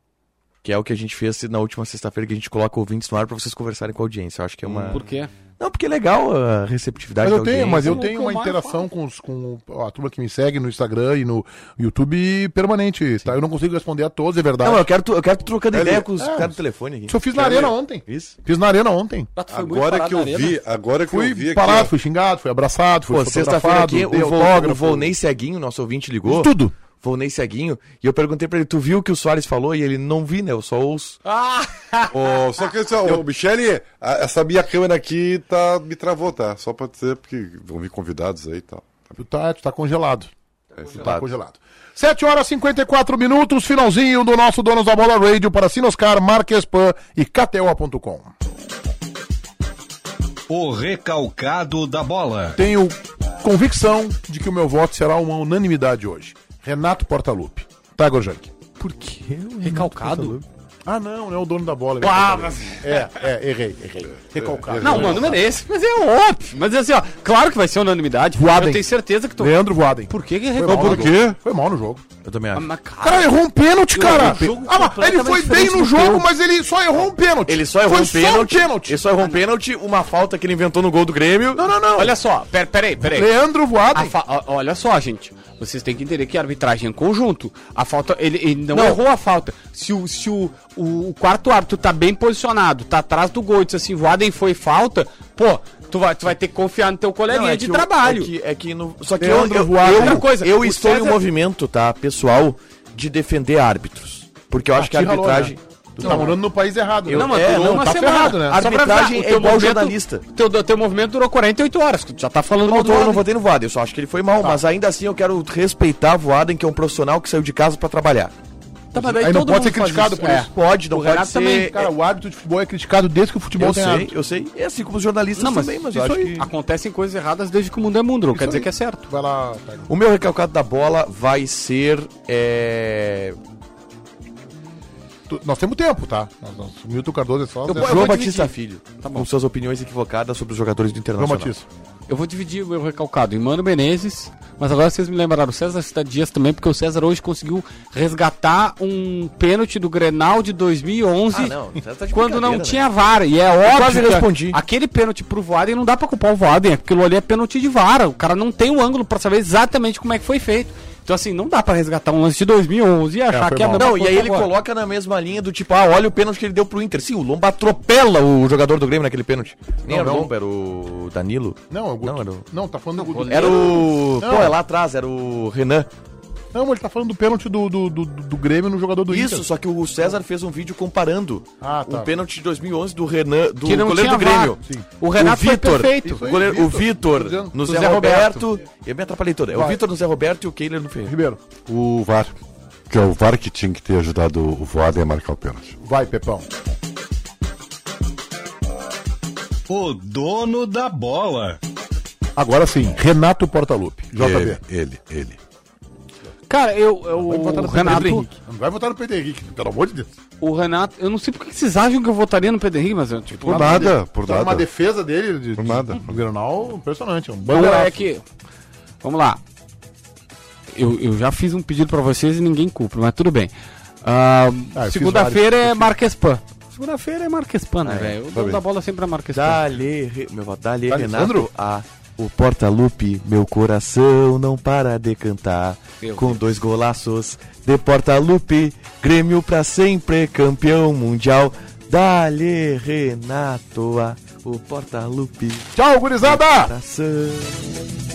Speaker 6: Que é o que a gente fez na última sexta-feira, que a gente coloca ouvintes no ar pra vocês conversarem com a audiência. Eu acho que é uma.
Speaker 4: Hum, Por quê?
Speaker 6: Não, porque é legal a receptividade
Speaker 2: Mas eu
Speaker 6: da
Speaker 2: tenho,
Speaker 6: audiência.
Speaker 2: mas eu
Speaker 4: o que
Speaker 2: tenho
Speaker 4: eu
Speaker 2: uma
Speaker 4: mais
Speaker 2: interação com, os- com a turma que me segue no Instagram e no YouTube permanente, tá? Eu não consigo responder a todos, é verdade.
Speaker 6: Não, eu quero tu, eu quero tu trocando
Speaker 5: Ali.
Speaker 6: ideia com os
Speaker 2: É.
Speaker 6: caras do telefone aqui.
Speaker 2: Isso eu fiz na arena ontem.
Speaker 6: Isso.
Speaker 2: Fiz na arena ontem.
Speaker 4: Ah, tu foi muito
Speaker 5: Agora
Speaker 4: parado
Speaker 5: que eu
Speaker 4: na arena.
Speaker 5: vi, agora que eu vi
Speaker 2: Fui
Speaker 5: aqui,
Speaker 2: parado,
Speaker 5: ó,
Speaker 2: fui xingado, fui abraçado, fui
Speaker 6: Pô, sexta-feira
Speaker 2: fotografado,
Speaker 6: aqui, o,
Speaker 2: dei
Speaker 6: Vol, o
Speaker 2: autógrafo.
Speaker 6: Volney Ceguinho, nosso ouvinte, ligou.
Speaker 2: Tudo.
Speaker 3: Volney Ceguinho, e eu perguntei pra ele, tu viu o que o Soares falou? E ele, não vi, né? Eu só ouço.
Speaker 4: Ah.
Speaker 5: Ô, só que assim, ó, ô, Michele, a- essa minha câmera aqui tá, me travou, tá? Só pra dizer, porque vão vir convidados aí e tal. É
Speaker 2: Tu tá, tu tá congelado. Tu tá
Speaker 3: Tá.
Speaker 2: congelado. 7 horas e 54 minutos, finalzinho do nosso Donos da Bola Radio para Sinoscar, Marquespan e KTO.com.
Speaker 1: O recalcado da bola.
Speaker 2: Tenho convicção de que o meu voto será uma unanimidade hoje. Renato Portaluppi. Tá, Gorjank?
Speaker 7: Por que?
Speaker 4: Recalcado?
Speaker 2: Ah, não, não é o dono da bola. ele é
Speaker 4: Ah,
Speaker 2: Portaluppi.
Speaker 4: mas...
Speaker 2: É, é, errei, errei. Recalcado.
Speaker 4: Não, mano, merece. Mas é óbvio. Mas assim, ó, claro que vai ser unanimidade.
Speaker 2: Voadem.
Speaker 4: Eu tenho certeza que tu.
Speaker 2: Leandro Voaden.
Speaker 4: Por que que
Speaker 2: Foi mal
Speaker 4: recalcado?
Speaker 2: no jogo. Foi mal no jogo.
Speaker 3: Eu também
Speaker 4: Ah,
Speaker 3: acho.
Speaker 4: mas,
Speaker 2: O
Speaker 4: cara,
Speaker 2: cara errou um pênalti, cara.
Speaker 4: um jogo
Speaker 2: Ah, mas ele foi
Speaker 4: completamente
Speaker 2: bem no
Speaker 4: diferente do
Speaker 2: jogo,
Speaker 4: teu.
Speaker 2: mas ele só errou um pênalti.
Speaker 3: Ele só errou
Speaker 2: foi
Speaker 3: um pênalti.
Speaker 2: Só um pênalti.
Speaker 3: Ele só
Speaker 4: Ah,
Speaker 3: errou um pênalti, uma falta que ele inventou no gol do Grêmio.
Speaker 2: Não, não, não.
Speaker 4: olha só, pera, peraí, peraí.
Speaker 2: Leandro
Speaker 4: A
Speaker 2: Voaden.
Speaker 4: fa- ó, Olha só, gente. Vocês têm que entender que a arbitragem é um conjunto. A falta. Ele, ele não,
Speaker 3: Não.
Speaker 4: errou a falta. Se, o, se o, o, o quarto árbitro tá bem posicionado, tá atrás do gol e diz assim, Voaden foi falta, pô, tu vai, tu vai ter que confiar no teu coleguinha
Speaker 3: Não, é
Speaker 4: de
Speaker 3: que o-
Speaker 4: trabalho.
Speaker 3: é que, é que no- só que
Speaker 4: Leandro
Speaker 3: eu, eu,
Speaker 4: Voado.
Speaker 3: eu-
Speaker 4: Outra coisa,
Speaker 3: eu
Speaker 4: o
Speaker 3: estou em um
Speaker 4: César-
Speaker 3: movimento, tá, pessoal, de defender árbitros. Porque eu acho que a
Speaker 2: Te ralou,
Speaker 3: arbitragem.
Speaker 2: né? Tu tá morando no país errado.
Speaker 3: Eu-
Speaker 2: né?
Speaker 4: Não, mas
Speaker 3: é,
Speaker 4: durou
Speaker 3: não,
Speaker 4: uma
Speaker 3: tá
Speaker 4: semana.
Speaker 2: ferrado, né?
Speaker 4: Só pra
Speaker 3: Arbitragem
Speaker 4: avisar, o
Speaker 3: é
Speaker 4: teu
Speaker 3: igual
Speaker 4: movimento-
Speaker 3: jornalista.
Speaker 4: Teu, teu movimento durou 48 horas, que tu já tá falando
Speaker 3: Eu
Speaker 4: mal do
Speaker 3: não, eu não
Speaker 4: Voaden.
Speaker 3: votei no Voaden, eu só acho que ele foi
Speaker 4: Tá.
Speaker 3: mal, mas ainda assim eu quero respeitar a Voaden, que é um profissional que saiu de casa pra trabalhar.
Speaker 4: Tá, mas daí
Speaker 2: Aí não
Speaker 4: todo
Speaker 2: pode ser
Speaker 4: mundo faz
Speaker 2: criticado por
Speaker 4: É.
Speaker 2: isso.
Speaker 3: Pode, não
Speaker 4: O
Speaker 3: pode
Speaker 4: Renato
Speaker 3: ser.
Speaker 4: também,
Speaker 2: Cara, o árbitro de futebol é criticado desde que o futebol
Speaker 3: eu
Speaker 2: tem
Speaker 3: sei,
Speaker 2: árbitro.
Speaker 3: eu sei. É assim como os jornalistas
Speaker 4: Não, mas
Speaker 3: também, mas
Speaker 4: isso
Speaker 3: eu acho
Speaker 4: aí.
Speaker 3: que...
Speaker 4: Acontecem coisas erradas desde que o mundo é mundo, não quer
Speaker 2: Isso
Speaker 4: dizer
Speaker 2: aí.
Speaker 4: que é certo.
Speaker 2: Vai lá, Tiger.
Speaker 3: O meu recalcado da bola vai ser. é,
Speaker 2: Tu- Nós temos tempo, tá? Nós, nós, o Milton Cardoso é só...
Speaker 3: Eu,
Speaker 2: é
Speaker 3: eu
Speaker 2: só-
Speaker 3: João Batista Filho,
Speaker 4: bom.
Speaker 3: com suas opiniões equivocadas sobre os jogadores do
Speaker 2: Tá João
Speaker 3: Internacional.
Speaker 2: Batista.
Speaker 4: Eu vou dividir o meu recalcado em Mano Menezes, mas agora vocês me lembraram, o César Cidade Dias também, porque o César hoje conseguiu resgatar um pênalti do Grenal de 2011,
Speaker 3: Ah, não, o César tá de
Speaker 4: quando não
Speaker 3: brincadeira,
Speaker 4: tinha vara, e é óbvio
Speaker 3: quase
Speaker 4: que a-
Speaker 3: respondi.
Speaker 4: aquele pênalti pro Voaden não dá pra culpar o Voaden, aquilo ali é pênalti de vara, o cara não tem o ângulo pra saber exatamente como é que foi feito. Então assim, não dá pra resgatar um lance de 2011 e achar
Speaker 2: foi
Speaker 4: que é a
Speaker 2: mal.
Speaker 4: mesma
Speaker 3: Não, e
Speaker 4: coisa
Speaker 3: aí ele
Speaker 4: agora.
Speaker 3: coloca na mesma linha do tipo, ah, olha o pênalti que ele deu pro Inter. Sim, o Lomba atropela o jogador do Grêmio naquele pênalti.
Speaker 2: Não,
Speaker 3: Nem era o
Speaker 2: não.
Speaker 3: Lomba, era o Danilo.
Speaker 2: Não, é o Guto.
Speaker 3: Não, era o...
Speaker 2: Não, tá falando do Guto.
Speaker 3: Era o...
Speaker 2: Não.
Speaker 3: Pô, é lá atrás, era o Renan.
Speaker 2: Não, mas ele tá falando do pênalti do, do, do, do Grêmio no jogador do
Speaker 3: Isso,
Speaker 2: Inter.
Speaker 3: só que o César fez um vídeo comparando
Speaker 2: Ah, tá.
Speaker 3: o pênalti de 2011 do Renan, do
Speaker 4: Que não
Speaker 3: goleiro do
Speaker 4: tinha VAR.
Speaker 3: Grêmio.
Speaker 2: Sim.
Speaker 4: O Renato foi
Speaker 3: Vitor.
Speaker 4: perfeito.
Speaker 3: O goleiro- o
Speaker 2: Tô dizendo,
Speaker 3: Vitor
Speaker 2: do
Speaker 3: no Zé
Speaker 2: Zé
Speaker 3: Roberto. Eu me atrapalhei todo. É o Vitor no Zé Roberto e o Keiler no Ferreira.
Speaker 2: Ribeiro,
Speaker 5: O VAR. Que é o VAR que tinha que ter ajudado o Voaden a marcar o pênalti.
Speaker 2: vai, Pepão.
Speaker 1: O dono da bola.
Speaker 2: Agora sim, Renato Portaluppi. JB.
Speaker 5: Ele, ele, ele.
Speaker 4: Cara, eu, eu o Renato,
Speaker 2: Não vai votar no Pedro Henrique, pelo amor de Deus.
Speaker 4: o Renato, eu não sei por que vocês acham que eu votaria no Pedro Henrique, mas eu, tipo,
Speaker 5: Por nada, por
Speaker 2: Tá Uma
Speaker 5: nada.
Speaker 2: defesa dele de,
Speaker 5: Por nada.
Speaker 2: O Granal, impressionante. é Um
Speaker 4: Não,
Speaker 2: bandeiraço.
Speaker 4: é que. Vamos lá. Eu, eu já fiz um pedido pra vocês e ninguém cumpre, mas tudo bem. Ah,
Speaker 2: Ah, eu fiz
Speaker 4: Segunda-feira
Speaker 2: vários,
Speaker 4: é Marquespan. Segunda-feira é Marquespan, né, velho? O dono
Speaker 5: bem.
Speaker 4: da bola sempre é Marquespan.
Speaker 3: Dale, Re- meu, voto, dale
Speaker 2: Alessandro?
Speaker 3: Renato, a, o porta-lupe, meu coração não para de cantar.
Speaker 4: Meu
Speaker 3: com dois golaços de porta-lupe, Grêmio pra sempre campeão mundial. Dale, Renato, a, o porta-lupe,
Speaker 2: Tchau, gurizada!
Speaker 3: coração.